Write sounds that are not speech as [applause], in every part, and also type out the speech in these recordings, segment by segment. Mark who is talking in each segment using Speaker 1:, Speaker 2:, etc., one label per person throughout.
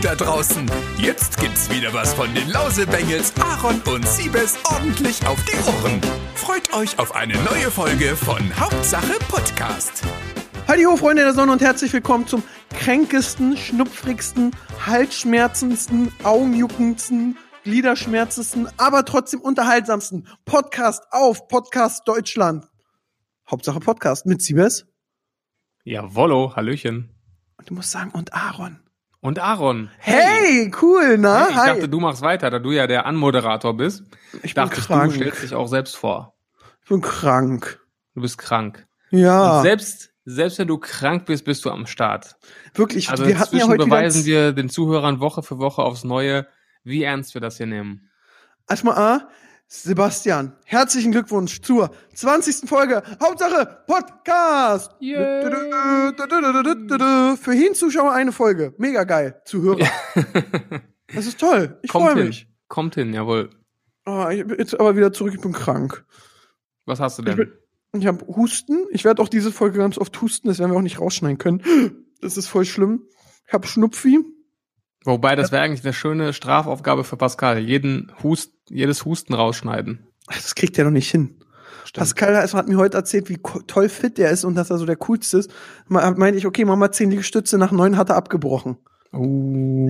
Speaker 1: da draußen. Jetzt gibt's wieder was von den Lausebengels, Aaron und Siebes ordentlich auf die Ohren. Freut euch auf eine neue Folge von Hauptsache Podcast.
Speaker 2: Heidi ho, Freunde der Sonne und herzlich willkommen zum kränkesten, schnupfrigsten, halsschmerzendsten, augenjuckendsten, gliederschmerzendsten, aber trotzdem unterhaltsamsten Podcast auf Podcast Deutschland. Hauptsache Podcast mit Siebes.
Speaker 3: Jawollo, Hallöchen.
Speaker 2: Du musst sagen, und Aaron.
Speaker 3: Und Aaron.
Speaker 2: Hey, cool, na?
Speaker 3: ich
Speaker 2: Hi.
Speaker 3: dachte, du machst weiter, da du ja der Anmoderator bist.
Speaker 2: ich bin
Speaker 3: Dachte ich,
Speaker 2: krank.
Speaker 3: du stellst dich auch selbst vor.
Speaker 2: ich bin krank.
Speaker 3: Du bist krank. Und
Speaker 2: Ja,
Speaker 3: selbst, selbst wenn du krank bist, bist du am Start.
Speaker 2: wirklich.
Speaker 3: Also
Speaker 2: wir hatten ja
Speaker 3: inzwischen
Speaker 2: heute wieder
Speaker 3: beweisen wir den Zuhörern Woche für Woche aufs Neue, wie ernst wir das hier nehmen.
Speaker 2: Erstmal A, Sebastian, herzlichen Glückwunsch zur 20. Folge Hauptsache Podcast.
Speaker 3: Yay.
Speaker 2: Für jeden Zuschauer eine Folge. Mega geil zu hören. Das ist toll. Ich
Speaker 3: Kommt
Speaker 2: freue
Speaker 3: hin.
Speaker 2: mich.
Speaker 3: Kommt hin, jawohl.
Speaker 2: Oh, ich bin jetzt aber wieder zurück, ich bin krank.
Speaker 3: Was hast du
Speaker 2: Ich bin,
Speaker 3: denn?
Speaker 2: ich habe Husten. Ich werde auch diese Folge ganz oft husten, das werden wir auch nicht rausschneiden können. Das ist voll schlimm. Ich habe Schnupfi.
Speaker 3: Wobei, das wäre eigentlich eine schöne Strafaufgabe für Pascal. Jeden Hust, jedes Husten rausschneiden.
Speaker 2: Ach, Das kriegt er noch nicht hin. Pascal hat- hat mir heute erzählt, wie ko- toll fit der ist und dass er so der coolste ist. Ma- Meinte ich, okay, mach mal 10 Liegestütze, nach 9 hat er abgebrochen. Oh.
Speaker 3: Uh.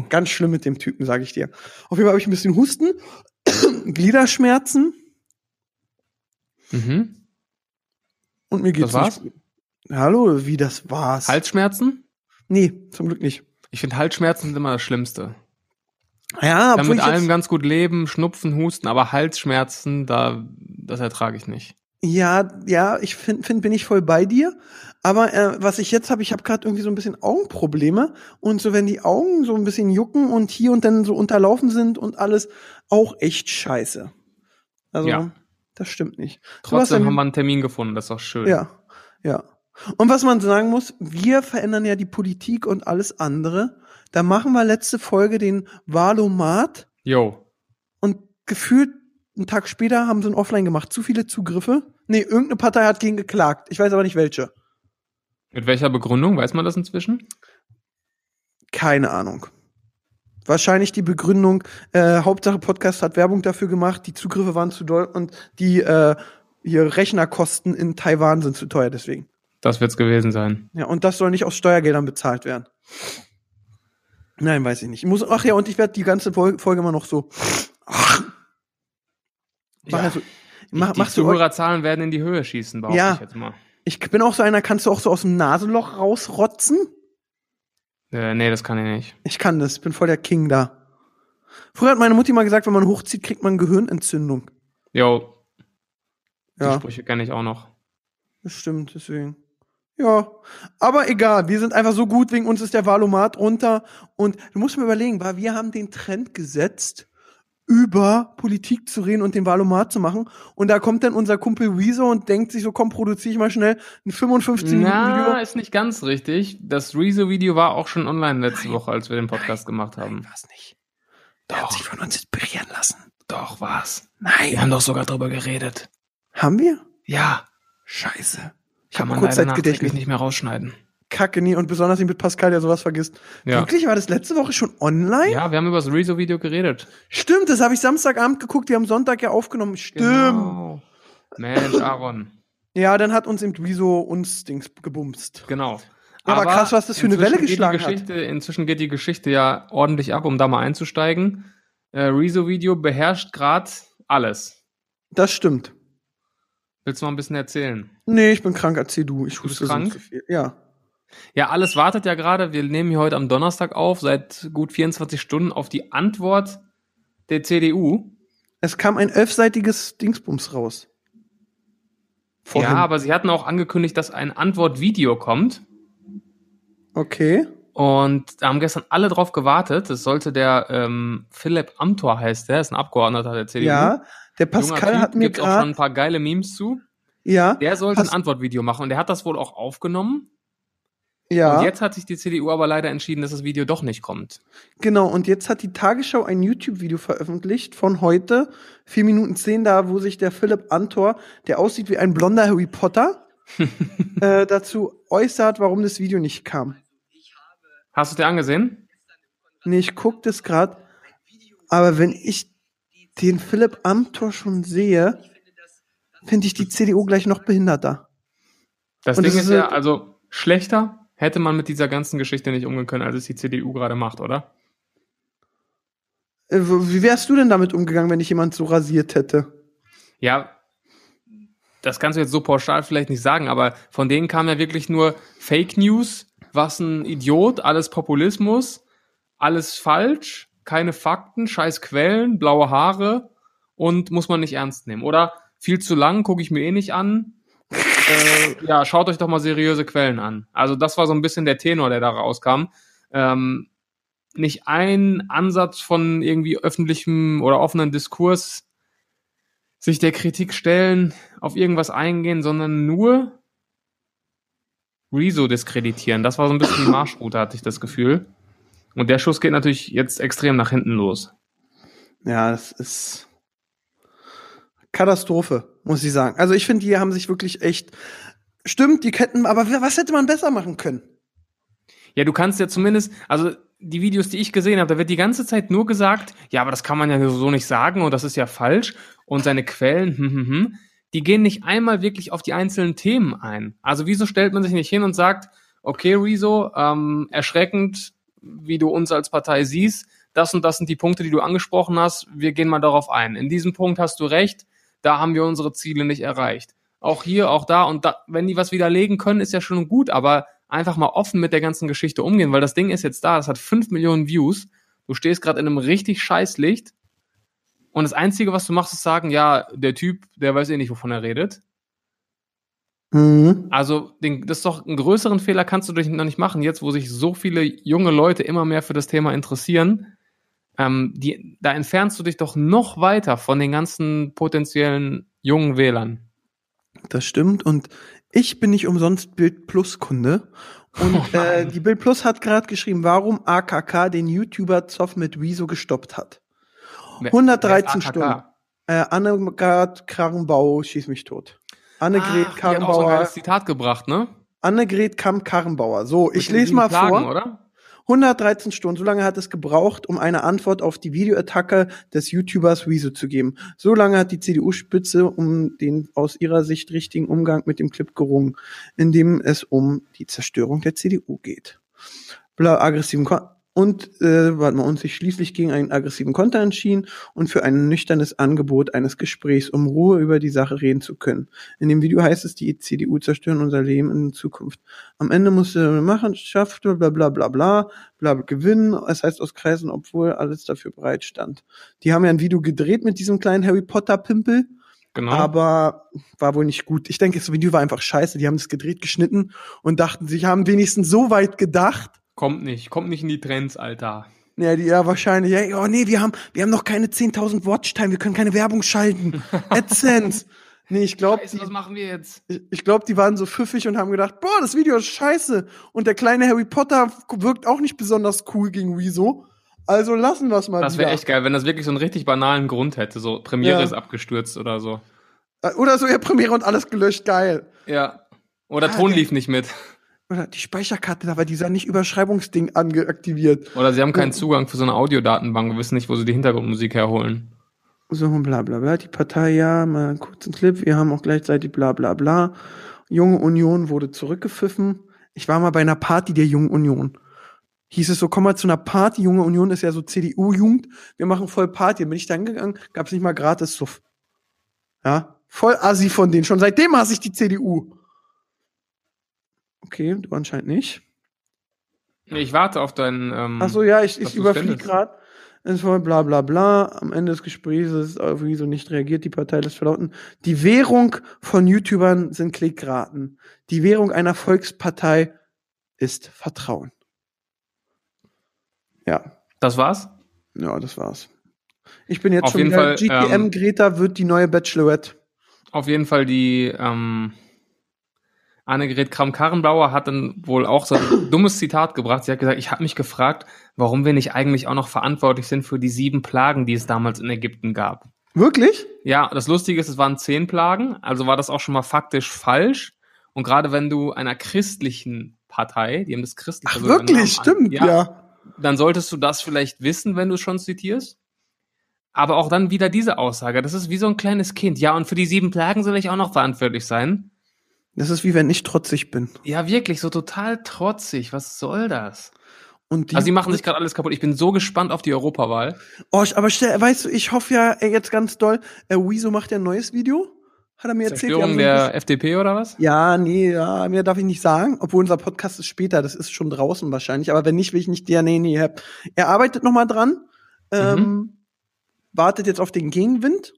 Speaker 2: Ja. Ganz schlimm mit dem Typen, sage ich dir. Auf jeden Fall habe ich ein bisschen Husten, [clears throat] Gliederschmerzen
Speaker 3: Mhm.
Speaker 2: und mir geht's
Speaker 3: Das war's?
Speaker 2: nicht gut. Hallo, wie das war's?
Speaker 3: Halsschmerzen?
Speaker 2: Nee, zum Glück nicht.
Speaker 3: Ich finde Halsschmerzen sind immer das Schlimmste.
Speaker 2: Ja,
Speaker 3: kann
Speaker 2: obwohl
Speaker 3: mit
Speaker 2: ich
Speaker 3: allem
Speaker 2: jetzt,
Speaker 3: ganz gut leben, Schnupfen, Husten, aber Halsschmerzen, da das ertrage ich nicht.
Speaker 2: ja, ja, ich finde, find, bin ich voll bei dir. Aber äh, was ich jetzt habe, ich habe gerade irgendwie so ein bisschen Augenprobleme und so wenn die Augen so ein bisschen jucken und hier und dann so unterlaufen sind und alles, auch echt scheiße. Also
Speaker 3: Ja.
Speaker 2: das stimmt nicht.
Speaker 3: Trotzdem
Speaker 2: Sebastian,
Speaker 3: haben wir einen Termin gefunden, das ist auch schön.
Speaker 2: Ja, ja. Und was man sagen muss, wir verändern ja die Politik und alles andere. Da machen wir letzte Folge den Wahlomat
Speaker 3: Jo.
Speaker 2: und gefühlt einen Tag später haben sie ihn offline gemacht. Zu viele Zugriffe. Nee, irgendeine Partei hat gegen geklagt. Ich weiß aber nicht welche.
Speaker 3: Mit welcher Begründung weiß man das inzwischen?
Speaker 2: Keine Ahnung. Wahrscheinlich die Begründung, äh, Hauptsache Podcast hat Werbung dafür gemacht, die Zugriffe waren zu doll und die äh, hier Rechnerkosten in Taiwan sind zu teuer deswegen.
Speaker 3: Das wird's gewesen sein.
Speaker 2: Ja, und das soll nicht aus Steuergeldern bezahlt werden. Nein, weiß ich nicht. Ich muss, ach ja, und ich werde die ganze Fol- Folge immer noch so. Mach
Speaker 3: Ja.
Speaker 2: ja. so mach,
Speaker 3: die
Speaker 2: machst du euch,
Speaker 3: Zuhörerzahlen werden in die Höhe schießen, behaupte
Speaker 2: Ja.
Speaker 3: ich jetzt mal.
Speaker 2: ich bin auch so einer, kannst du auch so aus dem Nasenloch rausrotzen?
Speaker 3: Äh, nee, das kann ich nicht.
Speaker 2: Ich kann das, bin voll der King da. Früher hat meine Mutti mal gesagt, wenn man hochzieht, kriegt man Gehirnentzündung.
Speaker 3: Jo, die
Speaker 2: Ja,
Speaker 3: Sprüche kenne ich auch noch.
Speaker 2: das stimmt, deswegen. Ja, aber egal, wir sind einfach so gut, wegen uns ist der Valomat runter. Und du musst mir überlegen, weil wir haben den Trend gesetzt, über Politik zu reden und den Valomat zu machen. Und da kommt dann unser Kumpel Weezer und denkt sich so, komm, produziere ich mal schnell ein 55-Minuten-Video.
Speaker 3: Na, ist nicht ganz richtig. Das Rezo-Video war auch schon online letzte Woche, als wir den Podcast gemacht haben.
Speaker 2: War's nicht. Der hat sich von uns inspirieren lassen.
Speaker 3: Doch, war's.
Speaker 2: Nein.
Speaker 3: Wir haben doch sogar drüber geredet.
Speaker 2: Haben wir?
Speaker 3: Ja,
Speaker 2: Scheiße. Ich
Speaker 3: kann
Speaker 2: habe
Speaker 3: man leider nachträglich
Speaker 2: Kurzzeitgedächtnis.
Speaker 3: nicht mehr rausschneiden.
Speaker 2: Kacke nie und besonders nicht mit Pascal, der sowas vergisst.
Speaker 3: Ja.
Speaker 2: Wirklich? War das letzte Woche schon online?
Speaker 3: Ja, wir haben über das Rezo-Video geredet.
Speaker 2: Stimmt, das habe ich Samstagabend geguckt. Wir haben Sonntag ja aufgenommen. Stimmt.
Speaker 3: Genau. Mensch, Aaron.
Speaker 2: Ja, dann hat uns eben Wieso uns Dings gebumst.
Speaker 3: Genau.
Speaker 2: Ja, aber krass, was das für eine
Speaker 3: inzwischen
Speaker 2: Welle
Speaker 3: geht die
Speaker 2: geschlagen hat.
Speaker 3: Geschichte, Inzwischen geht die Geschichte ja ordentlich ab, um da mal einzusteigen. Äh, Rezo-Video beherrscht gerade alles.
Speaker 2: Das stimmt.
Speaker 3: Willst du mal ein bisschen erzählen?
Speaker 2: Nee, ich bin krank, erzähl du. Ich
Speaker 3: bist
Speaker 2: huste sonst
Speaker 3: krank?
Speaker 2: zu viel. Ja.
Speaker 3: Ja, alles wartet ja gerade. Wir nehmen hier heute am Donnerstag auf, seit gut 24 Stunden, auf die Antwort der CDU.
Speaker 2: Es kam ein elfseitiges Dingsbums raus.
Speaker 3: Ja, aber sie hatten auch angekündigt, dass ein Antwortvideo kommt.
Speaker 2: Okay.
Speaker 3: Und da haben gestern alle drauf gewartet. Es sollte der ähm, Philipp Amthor heißt der, ist ein Abgeordneter der CDU.
Speaker 2: Ja, der
Speaker 3: Junger
Speaker 2: Pascal
Speaker 3: Typ,
Speaker 2: hat mir
Speaker 3: gibt's auch schon
Speaker 2: gerade.
Speaker 3: ein paar geile Memes zu.
Speaker 2: Ja,
Speaker 3: Der sollte ein
Speaker 2: Hast-
Speaker 3: Antwortvideo machen und der hat das wohl auch aufgenommen. Und
Speaker 2: ja.
Speaker 3: jetzt hat sich die CDU aber leider entschieden, dass das Video doch nicht kommt.
Speaker 2: Genau, und jetzt hat die Tagesschau ein YouTube-Video veröffentlicht von heute, vier Minuten zehn da, wo sich der Philipp Antor, der aussieht wie ein blonder Harry Potter, äh, dazu äußert, warum das Video nicht kam.
Speaker 3: Hast du dir angesehen?
Speaker 2: Nee, ich guck das gerade. Aber wenn ich den Philipp Amthor schon sehe, finde ich die CDU gleich noch behinderter.
Speaker 3: Das
Speaker 2: Und
Speaker 3: Ding
Speaker 2: das
Speaker 3: ist
Speaker 2: ist
Speaker 3: ja,
Speaker 2: halt-
Speaker 3: also schlechter hätte man mit dieser ganzen Geschichte nicht umgehen können, als es die CDU gerade macht, oder?
Speaker 2: Äh, w- Wie wärst du denn damit umgegangen, wenn dich jemand so rasiert hätte?
Speaker 3: Ja, das kannst du jetzt so pauschal vielleicht nicht sagen, aber von denen kam ja wirklich nur Fake News, was ein Idiot, alles Populismus, alles falsch, keine Fakten, scheiß Quellen, blaue Haare und muss man nicht ernst nehmen. Oder viel zu lang, gucke ich mir eh nicht an. Äh, ja, schaut euch doch mal seriöse Quellen an. Also das war so ein bisschen der Tenor, der da rauskam. Ähm, nicht ein Ansatz von irgendwie öffentlichem oder offenen Diskurs sich der Kritik stellen, auf irgendwas eingehen, sondern nur Rezo diskreditieren. Das war so ein bisschen die Marschroute, hatte ich das Gefühl. Und der Schuss geht natürlich jetzt extrem nach hinten los.
Speaker 2: Ja, das ist Katastrophe, muss ich sagen. Also ich finde, die haben sich wirklich echt. Stimmt, die Ketten, aber wer- was hätte man besser machen können?
Speaker 3: Ja, du kannst ja zumindest, also die Videos, die ich gesehen habe, da wird die ganze Zeit nur gesagt, ja, aber das kann man ja so nicht sagen und das ist ja falsch und seine Quellen, hm, hm, hm, die gehen nicht einmal wirklich auf die einzelnen Themen ein. Also wieso stellt man sich nicht hin und sagt, okay, Rezo, ähm, erschreckend, wie du uns als Partei siehst, das und das sind die Punkte, die du angesprochen hast, wir gehen mal darauf ein. In diesem Punkt hast du recht, da haben wir unsere Ziele nicht erreicht. Auch hier, auch da und da, wenn die was widerlegen können, ist ja schon gut, aber einfach mal offen mit der ganzen Geschichte umgehen, weil das Ding ist jetzt da, das hat 5 Millionen Views, du stehst gerade in einem richtig scheiß Licht und das Einzige, was du machst, ist sagen, ja, der Typ, der weiß eh nicht, wovon er redet.
Speaker 2: Mhm.
Speaker 3: Also, den, das ist doch einen größeren Fehler kannst du dich noch nicht machen, jetzt wo sich so viele junge Leute immer mehr für das Thema interessieren. Ähm, die, da entfernst du dich doch noch weiter von den ganzen potenziellen jungen Wählern.
Speaker 2: Das stimmt. Und ich bin nicht umsonst Bild Plus Kunde. Und
Speaker 3: [laughs] Oh
Speaker 2: äh,
Speaker 3: nein.
Speaker 2: die Bild Plus hat gerade geschrieben, warum AKK den YouTuber Zoff mit Wieso gestoppt hat.
Speaker 3: Wer-
Speaker 2: 113
Speaker 3: wer ist AKK?
Speaker 2: Stunden. Äh, Annegret Karrenbau schieß mich tot. Annegret
Speaker 3: Ach, Ah, die hat auch so ein
Speaker 2: Karrenbauer.
Speaker 3: geiles Zitat gebracht, ne?
Speaker 2: Annegret Kamm-Karrenbauer. So, ich
Speaker 3: Mit den
Speaker 2: lese
Speaker 3: sieben
Speaker 2: mal
Speaker 3: Plagen,
Speaker 2: vor.
Speaker 3: Oder?
Speaker 2: 113 Stunden, so lange hat es gebraucht, um eine Antwort auf die Videoattacke des YouTubers Wieso zu geben. So lange hat die CDU-Spitze um den aus ihrer Sicht richtigen Umgang mit dem Clip gerungen, in dem es um die Zerstörung der CDU geht. Bla, aggressiven Kon und äh, warte mal, und sich schließlich gegen einen aggressiven Konter entschieden und für ein nüchternes Angebot eines Gesprächs, um Ruhe über die Sache reden zu können. In dem Video heißt es, die CDU zerstören unser Leben in Zukunft. Am Ende musste machen, schafft, bla bla bla bla bla, gewinnen. Es heißt aus Kreisen, obwohl alles dafür bereit stand. Die haben ja ein Video gedreht mit diesem kleinen Harry Potter Pimpel,
Speaker 3: Genau.
Speaker 2: aber war wohl nicht gut. Ich denke, das Video war einfach scheiße. Die haben das gedreht, geschnitten und dachten, sie haben wenigstens so weit gedacht.
Speaker 3: kommt nicht, kommt nicht in die Trends, Alter.
Speaker 2: Ja, die, ja, wahrscheinlich. Ja, oh nee, wir haben, wir haben noch keine 10.000 Watchtime, wir können keine Werbung schalten. AdSense. Nee, ich glaube,
Speaker 3: Scheiße, was machen wir jetzt?
Speaker 2: Ich- Ich glaube, die waren so pfiffig und haben gedacht, boah, das Video ist scheiße. Und der kleine Harry Potter wirkt auch nicht besonders cool gegen Wieso. Also lassen wir es mal
Speaker 3: Das wäre
Speaker 2: wieder.
Speaker 3: echt geil, wenn das wirklich so einen richtig banalen Grund hätte. So, Premiere
Speaker 2: Ja.
Speaker 3: ist abgestürzt oder so.
Speaker 2: Äh, Oder so, ja, Premiere und alles gelöscht, geil.
Speaker 3: Ja. Oder
Speaker 2: Ah,
Speaker 3: Ton
Speaker 2: der-
Speaker 3: lief nicht mit.
Speaker 2: Oder die Speicherkarte, da war dieser Nicht-Überschreibungsding angeaktiviert.
Speaker 3: Oder sie haben keinen Zugang für so eine Audiodatenbank. Wir wissen nicht, wo sie die Hintergrundmusik herholen.
Speaker 2: So, bla bla bla. Die Partei, ja, mal einen kurzen Clip. Wir haben auch gleichzeitig bla bla bla. Junge Union wurde zurückgepfiffen. Ich war mal bei einer Party der Jungen Union. Hieß es so, komm mal zu einer Party. Junge Union ist ja so CDU-Jugend. Wir machen voll Party. Dann bin ich da hingegangen, gab's nicht mal gratis Suff. Ja, voll assi von denen. Schon seitdem hasse ich die CDU. Okay, du anscheinend nicht.
Speaker 3: Nee, ich warte auf deinen. Ähm,
Speaker 2: Ach so, ja, ich,
Speaker 3: Dass
Speaker 2: ich
Speaker 3: du's
Speaker 2: überfliege
Speaker 3: findest.
Speaker 2: gerade. Es war bla bla bla. Am Ende des Gesprächs ist auf wieso nicht reagiert, die Partei lässt verlauten. Die Währung von YouTubern sind Klickraten. Die Währung einer Volkspartei ist Vertrauen. Ja,
Speaker 3: Das war's?
Speaker 2: ja, das war's. Ich bin jetzt
Speaker 3: Auf
Speaker 2: schon
Speaker 3: jeden
Speaker 2: wieder
Speaker 3: Fall,
Speaker 2: GTM
Speaker 3: ähm,
Speaker 2: Greta wird die neue Bachelorette.
Speaker 3: Auf jeden Fall die ähm, Annegret Kramp-Karrenbauer hat dann wohl auch
Speaker 2: [coughs]
Speaker 3: so ein dummes Zitat gebracht. Sie hat gesagt, ich habe mich gefragt, warum wir nicht eigentlich auch noch verantwortlich sind für die sieben Plagen, die es damals in Ägypten gab.
Speaker 2: Wirklich?
Speaker 3: Ja, das Lustige ist, es waren zehn Plagen, also war das auch schon mal faktisch falsch. Und gerade wenn du einer christlichen Partei, die haben das christlich
Speaker 2: Ach,
Speaker 3: also ihren
Speaker 2: wirklich,
Speaker 3: Namen an-
Speaker 2: stimmt, ja.
Speaker 3: dann solltest du das vielleicht wissen, wenn du es schon zitierst. Aber auch dann wieder diese Aussage. Das ist wie so ein kleines Kind. Ja, und für die sieben Plagen soll ich auch noch verantwortlich sein.
Speaker 2: Das ist wie wenn ich trotzig bin.
Speaker 3: Ja, wirklich, so total trotzig. Was soll das?
Speaker 2: Und die,
Speaker 3: also, die machen sich gerade alles kaputt. Ich bin so gespannt auf die Europawahl.
Speaker 2: Oh, ich, aber stell, weißt du, ich hoffe ja ey, jetzt ganz doll, äh, Wieso macht ja ein neues Video. Hat er mir erzählt.
Speaker 3: Zerstörung
Speaker 2: wir haben so ein
Speaker 3: der FDP oder was?
Speaker 2: bisschen- ja, nee, ja, mehr darf ich nicht sagen, obwohl unser Podcast ist später, das ist schon draußen wahrscheinlich, aber wenn nicht, will ich nicht der, nee, nee, ihr habt- er arbeitet nochmal dran,
Speaker 3: Mhm.
Speaker 2: ähm, wartet jetzt auf den Gegenwind.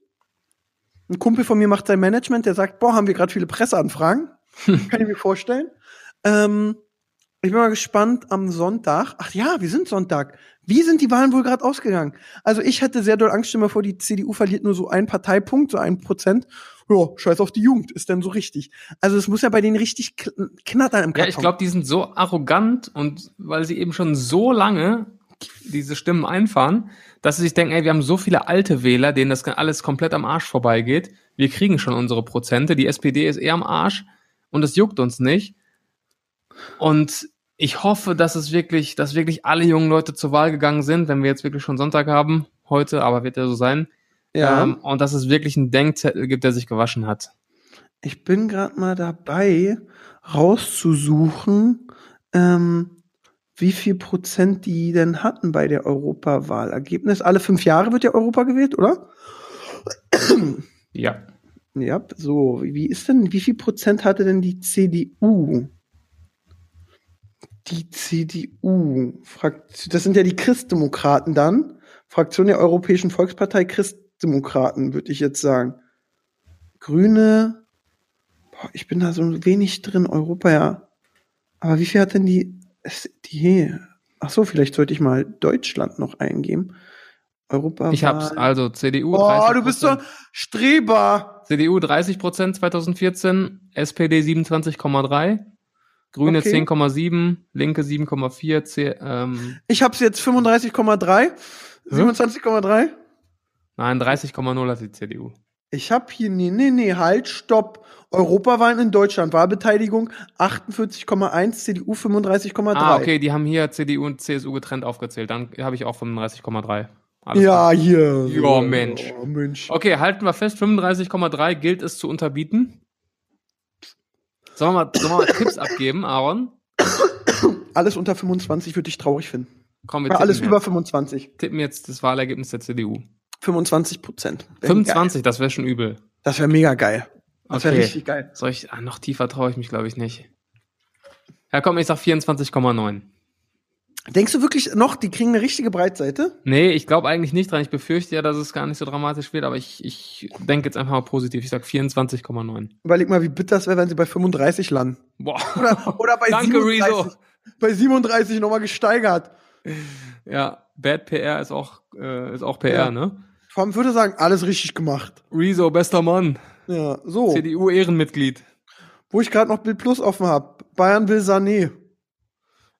Speaker 2: Ein Kumpel von mir macht sein Management, der sagt, boah, haben wir gerade viele
Speaker 3: [laughs]
Speaker 2: Presseanfragen, kann ich mir vorstellen. Ähm, ich bin mal gespannt am Sonntag. Ach ja, wir sind Sonntag. Wie sind die Wahlen wohl gerade ausgegangen? Also ich hatte sehr doll Angst, stell mal vor, die CDU verliert nur so einen Parteipunkt, so einen Prozent. Ja, scheiß auf die Jugend, ist dann so richtig. Also es muss ja bei denen richtig kn- knattern im
Speaker 3: Ja,
Speaker 2: Karton.
Speaker 3: ich glaube, die sind so arrogant und weil sie eben schon so lange diese Stimmen einfahren, dass sie sich denken, ey, wir haben so viele alte Wähler, denen das alles komplett am Arsch vorbeigeht. Wir kriegen schon unsere Prozente. Die SPD ist eher am Arsch und das juckt uns nicht. Und ich hoffe, dass es wirklich, dass wirklich alle jungen Leute zur Wahl gegangen sind, wenn wir jetzt wirklich schon Sonntag haben, heute, aber wird ja so sein. Ähm, und dass es wirklich einen Denkzettel gibt, der sich gewaschen hat.
Speaker 2: Ich bin gerade mal dabei, rauszusuchen, ähm, wie viel Prozent die denn hatten bei der Europawahl. Ergebnis, alle fünf Jahre wird ja Europa gewählt, oder?
Speaker 3: Ja.
Speaker 2: Ja, so, wie ist denn, wie viel Prozent hatte denn die CDU? Die CDU, Frakt- das sind ja die Christdemokraten dann, Fraktion der Europäischen Volkspartei Christdemokraten, würde ich jetzt sagen. Grüne, boah, ich bin da so wenig drin, Europa ja. Aber wie viel hat denn die, es- die, ach so, vielleicht sollte ich mal Deutschland noch eingeben. Europa.
Speaker 3: Ich hab's. Also CDU.
Speaker 2: Oh, du bist
Speaker 3: Prozent.
Speaker 2: doch Streber.
Speaker 3: CDU 30 Prozent 2014, SPD 27,3, Grüne
Speaker 2: Okay.
Speaker 3: 10,7, Linke 7,4, C- ähm,
Speaker 2: Ich hab's jetzt 35,3.
Speaker 3: Hm?
Speaker 2: 27,3.
Speaker 3: nein 30,0 hat die CDU.
Speaker 2: Ich hab hier, nee, nee, nee, halt, stopp. Europawahlen in Deutschland, Wahlbeteiligung 48,1, CDU 35,3.
Speaker 3: Ah, okay, die haben hier CDU und CSU getrennt aufgezählt. Dann habe ich auch 35,3. Alles
Speaker 2: Ja,
Speaker 3: klar.
Speaker 2: hier.
Speaker 3: Ja, Mensch.
Speaker 2: Ja, oh, Mensch.
Speaker 3: Okay, halten wir fest, 35,3 gilt es zu unterbieten. Sollen wir mal, sollen wir mal Tipps abgeben, Aaron?
Speaker 2: Alles unter 25 würde ich traurig finden.
Speaker 3: Komm, wir
Speaker 2: Aber
Speaker 3: tippen,
Speaker 2: alles
Speaker 3: jetzt.
Speaker 2: über 25.
Speaker 3: tippen jetzt das Wahlergebnis der CDU.
Speaker 2: 25 Prozent.
Speaker 3: 25, das wäre schon übel.
Speaker 2: Das wäre mega geil. Das wäre
Speaker 3: Okay.
Speaker 2: richtig geil.
Speaker 3: Soll ich, ah, noch tiefer traue ich mich, glaube ich, nicht. Ja, komm, ich sag 24,9.
Speaker 2: Denkst du wirklich noch, die kriegen eine richtige Breitseite?
Speaker 3: Nee, ich glaube eigentlich nicht dran. Ich befürchte ja, dass es gar nicht so dramatisch wird, aber ich, ich denke jetzt einfach mal positiv. Ich sag 24,9.
Speaker 2: Überleg mal, wie bitter das wäre, wenn sie bei 35 landen.
Speaker 3: Boah.
Speaker 2: Oder, oder bei
Speaker 3: Danke,
Speaker 2: 37.
Speaker 3: Rezo.
Speaker 2: Bei 37 nochmal gesteigert.
Speaker 3: [laughs] Ja, Bad PR ist auch, äh, ist auch PR,
Speaker 2: Ja.
Speaker 3: ne?
Speaker 2: Tom würde sagen, alles richtig gemacht.
Speaker 3: Rezo, bester Mann.
Speaker 2: Ja, so.
Speaker 3: CDU-Ehrenmitglied.
Speaker 2: Wo ich gerade noch Bild Plus offen habe. Bayern will Sané.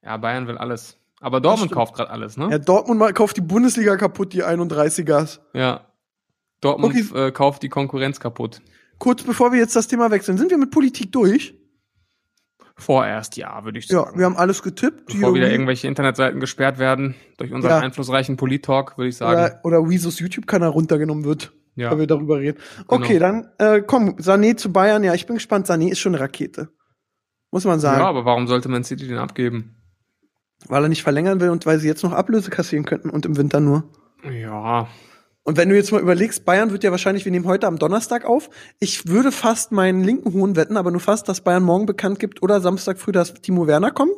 Speaker 3: Ja, Bayern will alles. Aber Dortmund
Speaker 2: stimmt.
Speaker 3: kauft gerade alles,
Speaker 2: Ja,
Speaker 3: ne?
Speaker 2: Dortmund mal kauft die Bundesliga kaputt, die 31ers.
Speaker 3: Ja. Dortmund
Speaker 2: Okay.
Speaker 3: äh, kauft die Konkurrenz kaputt.
Speaker 2: Kurz bevor wir jetzt das Thema wechseln, sind wir mit Politik durch?
Speaker 3: Vorerst, ja, würde ich sagen.
Speaker 2: Ja, wir haben alles getippt.
Speaker 3: Bevor wieder
Speaker 2: Theorie
Speaker 3: irgendwelche Internetseiten gesperrt werden durch unseren
Speaker 2: Ja.
Speaker 3: einflussreichen Polit-Talk, würde ich sagen.
Speaker 2: oder, oder Wiesos YouTube-Kanal runtergenommen wird,
Speaker 3: Ja. Genau.
Speaker 2: weil wir darüber reden. Okay, dann äh, komm, Sané zu Bayern. Ja, ich bin gespannt. Sané ist schon eine Rakete. Muss man
Speaker 3: Ja,
Speaker 2: sagen.
Speaker 3: aber warum sollte Man City den abgeben?
Speaker 2: Weil er nicht verlängern will und weil sie jetzt noch Ablöse kassieren könnten und im Winter nur.
Speaker 3: Ja,
Speaker 2: Und wenn du jetzt mal überlegst, Bayern wird ja wahrscheinlich, wir nehmen heute am Donnerstag auf. Ich würde fast meinen linken Hohn wetten, aber nur fast, dass Bayern morgen bekannt gibt oder Samstag früh, dass Timo Werner kommt.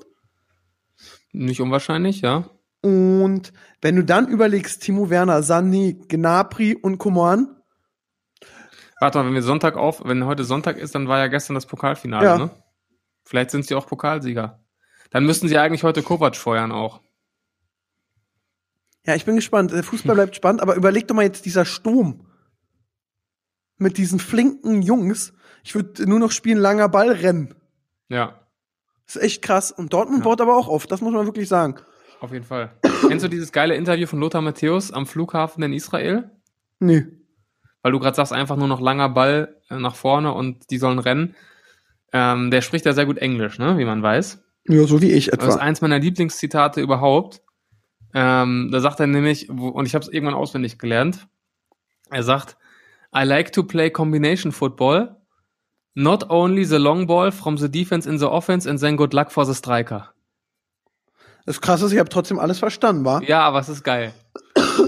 Speaker 3: nicht unwahrscheinlich, ja.
Speaker 2: Und wenn du dann überlegst, Timo Werner, Sané, Gnabry und Coman,
Speaker 3: Warte mal, wenn wir Sonntag auf, wenn heute Sonntag ist, dann war ja gestern das Pokalfinale,
Speaker 2: Ja.
Speaker 3: ne? Vielleicht sind sie auch Pokalsieger. Dann müssten sie eigentlich heute Kovac feuern auch.
Speaker 2: ja, ich bin gespannt. Der Fußball bleibt spannend, aber überleg doch mal jetzt dieser Sturm mit diesen flinken Jungs. Ich würde nur noch spielen, langer Ball rennen.
Speaker 3: Ja,
Speaker 2: ist echt krass. Und Dortmund
Speaker 3: Ja.
Speaker 2: baut aber auch auf, das muss man wirklich sagen.
Speaker 3: auf jeden Fall.
Speaker 2: [coughs]
Speaker 3: Kennst du dieses geile Interview von Lothar Matthäus am Flughafen in Israel?
Speaker 2: Nee.
Speaker 3: weil du gerade sagst, einfach nur noch langer Ball äh, nach vorne und die sollen rennen. Ähm, der spricht ja sehr gut Englisch, ne, wie man weiß.
Speaker 2: Ja, so wie ich
Speaker 3: Das ist
Speaker 2: etwa.
Speaker 3: eins meiner Lieblingszitate überhaupt. Ähm, da sagt er nämlich, wo- und ich habe es irgendwann auswendig gelernt, er sagt, I like to play combination football, not only the long ball from the defense in the offense and then good luck for the striker.
Speaker 2: Das Krasse ist, ich habe trotzdem alles verstanden, war?
Speaker 3: Ja, aber es ist geil.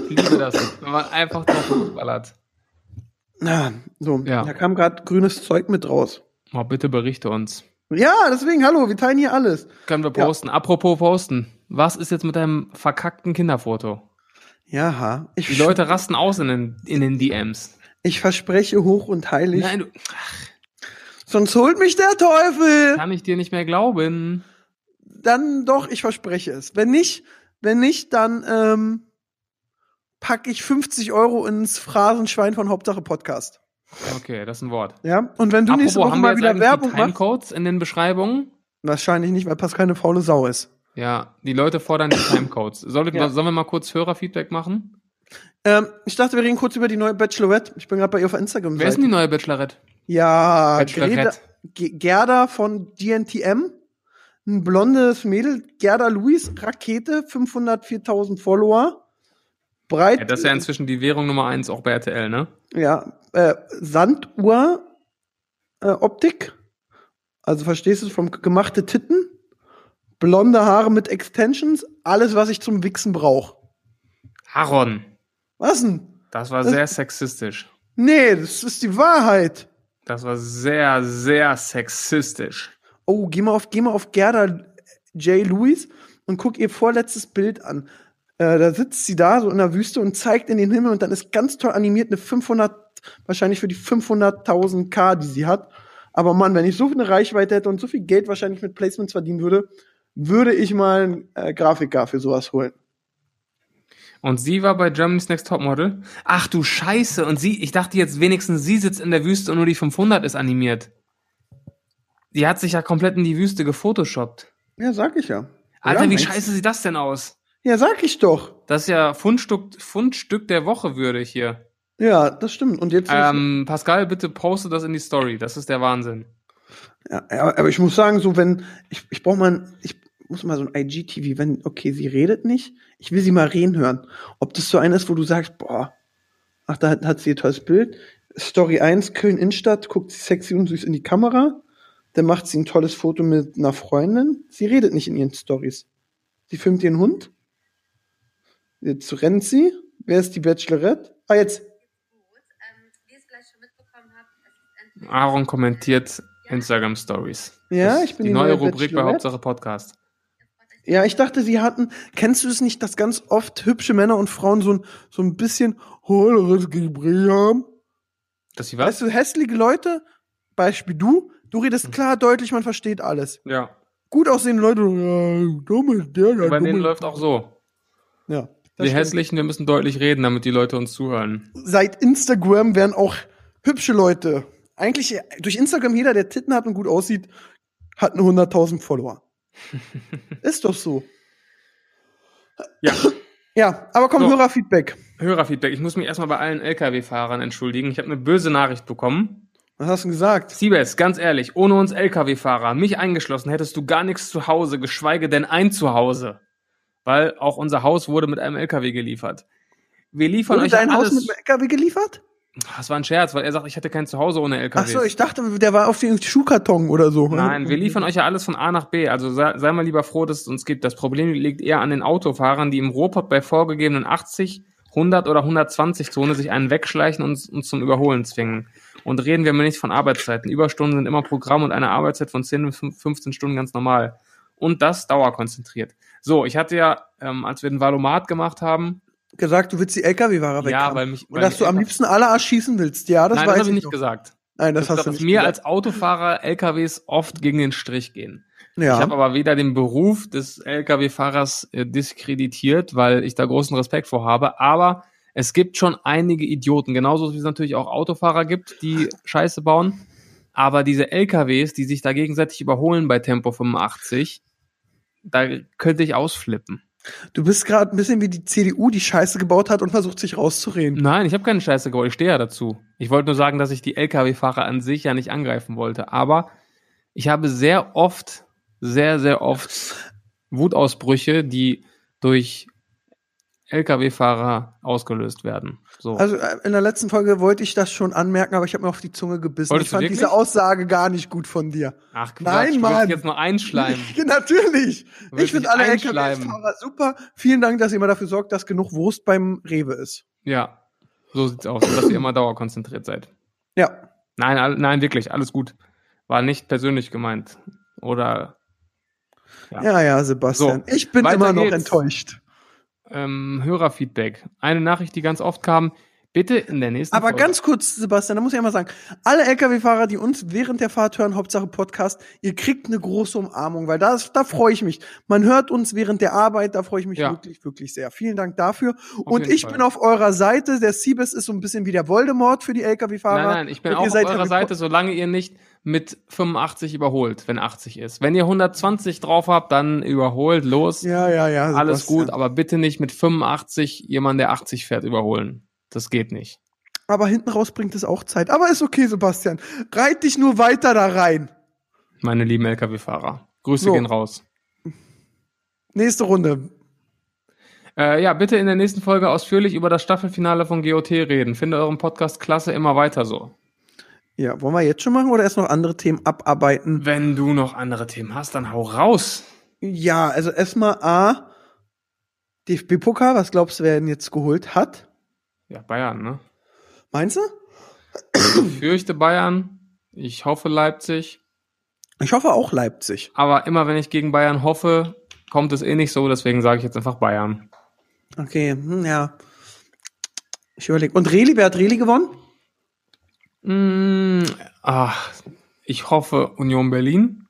Speaker 3: Ich liebe das, wenn man einfach drauf ballert.
Speaker 2: Na, so,
Speaker 3: Ja.
Speaker 2: da kam gerade grünes Zeug mit raus.
Speaker 3: Oh, bitte berichte uns.
Speaker 2: Ja, deswegen, hallo, wir teilen hier alles.
Speaker 3: Können wir
Speaker 2: Ja.
Speaker 3: posten. Apropos posten. Was ist jetzt mit deinem verkackten Kinderfoto?
Speaker 2: Ja, ha. ich,
Speaker 3: Die Leute rasten aus in den, in den DMs.
Speaker 2: ich verspreche hoch und heilig,
Speaker 3: Nein, du,
Speaker 2: sonst holt mich der Teufel.
Speaker 3: kann ich dir nicht mehr glauben.
Speaker 2: Dann doch, ich verspreche es. Wenn nicht, wenn nicht, dann ähm, packe ich 50 Euro ins Phrasenschwein von Hauptsache Podcast.
Speaker 3: Okay, das ist ein Wort.
Speaker 2: Ja, und wenn du nächste Woche
Speaker 3: haben
Speaker 2: mal
Speaker 3: wir jetzt
Speaker 2: wieder
Speaker 3: eigentlich
Speaker 2: Werbung
Speaker 3: die
Speaker 2: machst,
Speaker 3: Timecodes in den Beschreibungen?
Speaker 2: wahrscheinlich nicht, weil Pascal eine faule Sau ist.
Speaker 3: Ja, die Leute
Speaker 2: [coughs]
Speaker 3: fordern die Timecodes. Soll,
Speaker 2: Ja.
Speaker 3: Sollen wir mal kurz Hörerfeedback machen?
Speaker 2: Ähm, ich dachte, wir reden kurz über die neue Bachelorette. Ich bin gerade bei ihr auf Instagram.
Speaker 3: Wer ist denn die neue Bachelorette?
Speaker 2: Ja, Ah, Greta,
Speaker 3: Bachelorette.
Speaker 2: Ge- Gerda von GNTM. Ein blondes Mädel, Gerda Luis, Rakete, 504.000 Follower. Breit,
Speaker 3: Ja, das ist ja inzwischen die Währung Nummer eins auch bei RTL, ne?
Speaker 2: ja, äh, Sanduhr, äh, Optik. Also verstehst du es vom gemachte Titten? Blonde Haare mit Extensions, alles, was ich zum Wichsen brauche.
Speaker 3: Aaron.
Speaker 2: Was denn?
Speaker 3: Das war sehr sexistisch.
Speaker 2: Nee, das ist die Wahrheit.
Speaker 3: Das war sehr, sehr sexistisch.
Speaker 2: Oh, geh mal auf, geh mal auf Gerda J. Lewis und guck ihr vorletztes Bild an. Äh, da sitzt sie da so in der Wüste und zeigt in den Himmel und dann ist ganz toll animiert eine 500, wahrscheinlich für die 500.000 K, die sie hat. Aber Mann, wenn ich so eine Reichweite hätte und so viel Geld wahrscheinlich mit Placements verdienen würde, würde ich mal einen äh, Grafiker für sowas holen.
Speaker 3: Und sie war bei Germany's Next Topmodel. Ach du Scheiße. Und sie, ich dachte jetzt wenigstens, sie sitzt in der Wüste und nur die 500 ist animiert. Die hat sich ja komplett in die Wüste gefotoshoppt.
Speaker 2: Ja, sag ich ja.
Speaker 3: Alter,
Speaker 2: ja,
Speaker 3: wie
Speaker 2: meinst-
Speaker 3: scheiße sieht das denn aus?
Speaker 2: Ja, sag ich doch.
Speaker 3: Das ist ja Fundstück, Fundstück der Woche würdig hier.
Speaker 2: Ja, das stimmt. Und jetzt.
Speaker 3: Ähm, Pascal, bitte poste das in die Story. Das ist der Wahnsinn.
Speaker 2: Ja, aber aber ich muss sagen, so wenn ich ich brauche mal ein- ich muss mal so ein IGTV, wenn okay, sie redet nicht, ich will sie mal reden hören. Ob das so eine ist, wo du sagst, boah, ach da hat, hat sie ihr tolles Bild. Story 1 Köln Innenstadt, guckt sie sexy und süß in die Kamera, dann macht sie ein tolles Foto mit einer Freundin. Sie redet nicht in ihren Stories. Sie filmt ihren Hund. Jetzt rennt sie. Wer ist die Bachelorette? Ah jetzt
Speaker 4: gut. Ähm, wie ihr es vielleicht schon mitbekommen habt, es ist entweder
Speaker 3: Aaron kommentiert Instagram Stories.
Speaker 2: Ja,
Speaker 3: Das ist
Speaker 2: ich bin
Speaker 3: die
Speaker 2: die
Speaker 3: neue,
Speaker 2: neue
Speaker 3: Rubrik bei
Speaker 2: Bachelorette.
Speaker 3: Hauptsache Podcast.
Speaker 2: Ja, ich dachte, sie hatten, kennst du es nicht, dass ganz oft hübsche Männer und Frauen so ein, so ein bisschen hohleres Gespräch haben?
Speaker 3: Dass sie
Speaker 2: Weißt du, hässliche Leute, Beispiel du, du
Speaker 3: Hm.
Speaker 2: redest klar, deutlich, man versteht alles.
Speaker 3: Ja.
Speaker 2: Gut aussehende Leute, ja, dumme, der, der,
Speaker 3: Bei denen
Speaker 2: dumme.
Speaker 3: läuft auch so.
Speaker 2: Ja, das
Speaker 3: Wir
Speaker 2: stimmt.
Speaker 3: Hässlichen, wir müssen deutlich reden, damit die Leute uns zuhören.
Speaker 2: Seit Instagram werden auch hübsche Leute, eigentlich äh, durch Instagram jeder, der Titten hat und gut aussieht, hat eine 100.000
Speaker 3: [laughs]
Speaker 2: Follower. Ist doch so.
Speaker 3: Ja.
Speaker 2: Ja, aber komm,
Speaker 3: So.
Speaker 2: Hörerfeedback.
Speaker 3: Hörerfeedback. Ich muss mich erstmal bei allen LKW-Fahrern entschuldigen. Ich habe eine böse Nachricht bekommen.
Speaker 2: Was hast du denn gesagt?
Speaker 3: Siebes, ganz ehrlich, ohne uns LKW-Fahrer, mich eingeschlossen, hättest du gar nichts zu Hause, geschweige denn ein Zuhause. Weil auch unser Haus wurde mit einem LKW geliefert. Wir liefern
Speaker 2: Wurde
Speaker 3: euch ja
Speaker 2: dein Haus
Speaker 3: alles.
Speaker 2: mit dem LKW geliefert?
Speaker 3: das war ein Scherz, weil er sagt, ich hätte kein Zuhause ohne LKW.
Speaker 2: Ach so, ich dachte, der war auf den Schuhkarton oder so. ne?
Speaker 3: Nein, wir liefern euch ja alles von A nach B. Also sei, sei mal lieber froh, dass es uns gibt. Das Problem liegt eher an den Autofahrern, die im Ruhrpott bei vorgegebenen 80, 100 oder 120 Zone sich einen wegschleichen und uns zum Überholen zwingen. Und reden wir mal nicht von Arbeitszeiten. Überstunden sind immer Programm und eine Arbeitszeit von 10 bis 15 Stunden ganz normal. Und das dauerkonzentriert. So, ich hatte ja, ähm, als wir den Valomat gemacht haben,
Speaker 2: Gesagt, du willst die LKW-Ware
Speaker 3: ja,
Speaker 2: weghaben.
Speaker 3: weil mich,
Speaker 2: Und
Speaker 3: weil
Speaker 2: dass
Speaker 3: mich
Speaker 2: du am
Speaker 3: einfach-
Speaker 2: liebsten alle erschießen willst. Ja, das
Speaker 3: nein, das
Speaker 2: weiß
Speaker 3: habe ich nicht
Speaker 2: noch.
Speaker 3: gesagt.
Speaker 2: Nein, das
Speaker 3: Das
Speaker 2: hast
Speaker 3: dass
Speaker 2: du nicht
Speaker 3: mir
Speaker 2: gesagt.
Speaker 3: als Autofahrer LKWs oft gegen den Strich gehen. Ich
Speaker 2: ja.
Speaker 3: habe aber weder den Beruf des Lkw-Fahrers äh, diskreditiert, weil ich da großen Respekt vor habe, aber es gibt schon einige Idioten, genauso wie es natürlich auch Autofahrer gibt, die Scheiße bauen. Aber diese LKWs, die sich da gegenseitig überholen bei Tempo 85, da könnte ich ausflippen.
Speaker 2: Du bist gerade ein bisschen wie die CDU, die Scheiße gebaut hat und versucht, sich rauszureden.
Speaker 3: Nein, ich habe keine Scheiße gebaut, ich stehe ja dazu. Ich wollte nur sagen, dass ich die Lkw-Fahrer an sich ja nicht angreifen wollte, aber ich habe sehr oft, sehr, sehr oft Wutausbrüche, die durch Lkw-Fahrer ausgelöst werden. So.
Speaker 2: Also äh, in der letzten Folge wollte ich das schon anmerken, aber ich habe mir auf die Zunge gebissen.
Speaker 3: Wolltest
Speaker 2: ich
Speaker 3: du
Speaker 2: fand
Speaker 3: wirklich?
Speaker 2: diese Aussage gar nicht gut von dir.
Speaker 3: Ach Quatsch,
Speaker 2: nein,
Speaker 3: du willst
Speaker 2: Mann.
Speaker 3: jetzt
Speaker 2: [laughs]
Speaker 3: nur einschleimen.
Speaker 2: Natürlich.
Speaker 3: willst
Speaker 2: Ich finde
Speaker 3: dich
Speaker 2: alle
Speaker 3: einschleimen.
Speaker 2: LKW-Fahrer super. Vielen Dank, dass ihr immer dafür sorgt, dass genug Wurst beim Rewe ist.
Speaker 3: ja, so sieht's aus, dass ihr immer dauerkonzentriert seid.
Speaker 2: Ja.
Speaker 3: Nein, all, nein, wirklich, alles gut. War nicht persönlich gemeint. Oder Ja.
Speaker 2: Ja, ja, Sebastian. Ich bin
Speaker 3: Weiter
Speaker 2: immer noch
Speaker 3: geht's.
Speaker 2: enttäuscht.
Speaker 3: ähm, Hörerfeedback. Eine Nachricht, die ganz oft kam. Bitte in der nächsten
Speaker 2: Aber
Speaker 3: Folge.
Speaker 2: ganz kurz, Sebastian, da muss ich einmal sagen, alle LKW-Fahrer, die uns während der Fahrt hören, Hauptsache Podcast, ihr kriegt eine große Umarmung, weil das, da freue ich mich. Man hört uns während der Arbeit, da freue ich mich
Speaker 3: Ja.
Speaker 2: wirklich, wirklich sehr. Vielen Dank dafür. Und
Speaker 3: jeden
Speaker 2: ich
Speaker 3: Fall.
Speaker 2: bin auf eurer Seite. Der Siebes ist so ein bisschen wie der Voldemort für die LKW-Fahrer.
Speaker 3: Nein, nein, ich bin
Speaker 2: Und ihr
Speaker 3: auch auf
Speaker 2: seid
Speaker 3: eurer
Speaker 2: Harry
Speaker 3: Seite, solange ihr nicht mit 85 überholt, wenn 80 ist. Wenn ihr 120 drauf habt, dann überholt, los,
Speaker 2: Ja, ja, ja.
Speaker 3: alles
Speaker 2: Sebastian.
Speaker 3: gut, aber bitte nicht mit 85 jemanden, der 80 fährt, überholen. Das geht nicht.
Speaker 2: Aber hinten raus bringt es auch Zeit. Aber ist okay, Sebastian. Reit dich nur weiter da rein.
Speaker 3: Meine lieben Lkw-Fahrer, Grüße
Speaker 2: So.
Speaker 3: gehen raus.
Speaker 2: Nächste Runde.
Speaker 3: Äh, ja, bitte in der nächsten Folge ausführlich über das Staffelfinale von GOT reden. Finde euren Podcast klasse, immer weiter so.
Speaker 2: Ja, wollen wir jetzt schon machen oder erst noch andere Themen abarbeiten?
Speaker 3: Wenn du noch andere Themen hast, dann hau raus.
Speaker 2: Ja, also erstmal A, DFB-Pokal, was glaubst du, wer ihn jetzt geholt hat?
Speaker 3: Ja, Bayern, ne?
Speaker 2: Meinst du?
Speaker 3: Ich fürchte Bayern, ich hoffe Leipzig.
Speaker 2: Ich hoffe auch Leipzig.
Speaker 3: Aber immer wenn ich gegen Bayern hoffe, kommt es eh nicht so, deswegen sage ich jetzt einfach Bayern.
Speaker 2: Okay, hm, ja. Ich überlege. Und Reli, wer hat Reli gewonnen?
Speaker 3: Mm, ach, ich hoffe Union Berlin.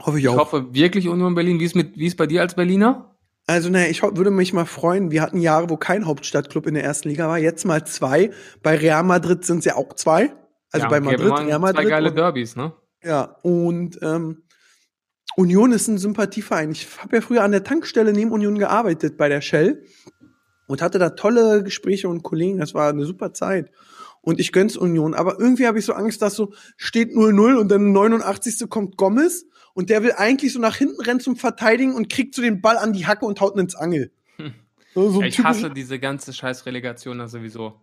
Speaker 2: Hoffe ich
Speaker 3: Ich hoffe wirklich Union Berlin. Wie ist mit wie ist bei dir als Berliner?
Speaker 2: Also, naja, ich ho- würde mich mal freuen. Wir hatten Jahre, wo kein Hauptstadtclub in der ersten Liga war. Jetzt mal zwei. Bei Real Madrid sind es ja auch zwei. Also
Speaker 3: Ja,
Speaker 2: bei
Speaker 3: und gäbe
Speaker 2: Madrid,
Speaker 3: mal
Speaker 2: Real Madrid.
Speaker 3: Zwei geile
Speaker 2: und,
Speaker 3: Derbys, ne?
Speaker 2: ja, und ähm, Union ist ein Sympathieverein. Ich habe ja früher an der Tankstelle neben Union gearbeitet bei der Shell und hatte da tolle Gespräche und Kollegen. Das war eine super Zeit. Und ich gönn's Union. Aber irgendwie habe ich so Angst, dass so steht 0-0 und dann 89. kommt Gomez und der will eigentlich so nach hinten rennen zum Verteidigen und kriegt so den Ball an die Hacke und haut ihn ins Angel. So, so
Speaker 3: Hm. Ja,
Speaker 2: ein
Speaker 3: ich
Speaker 2: typisch-
Speaker 3: hasse diese ganze scheiß Relegation da sowieso.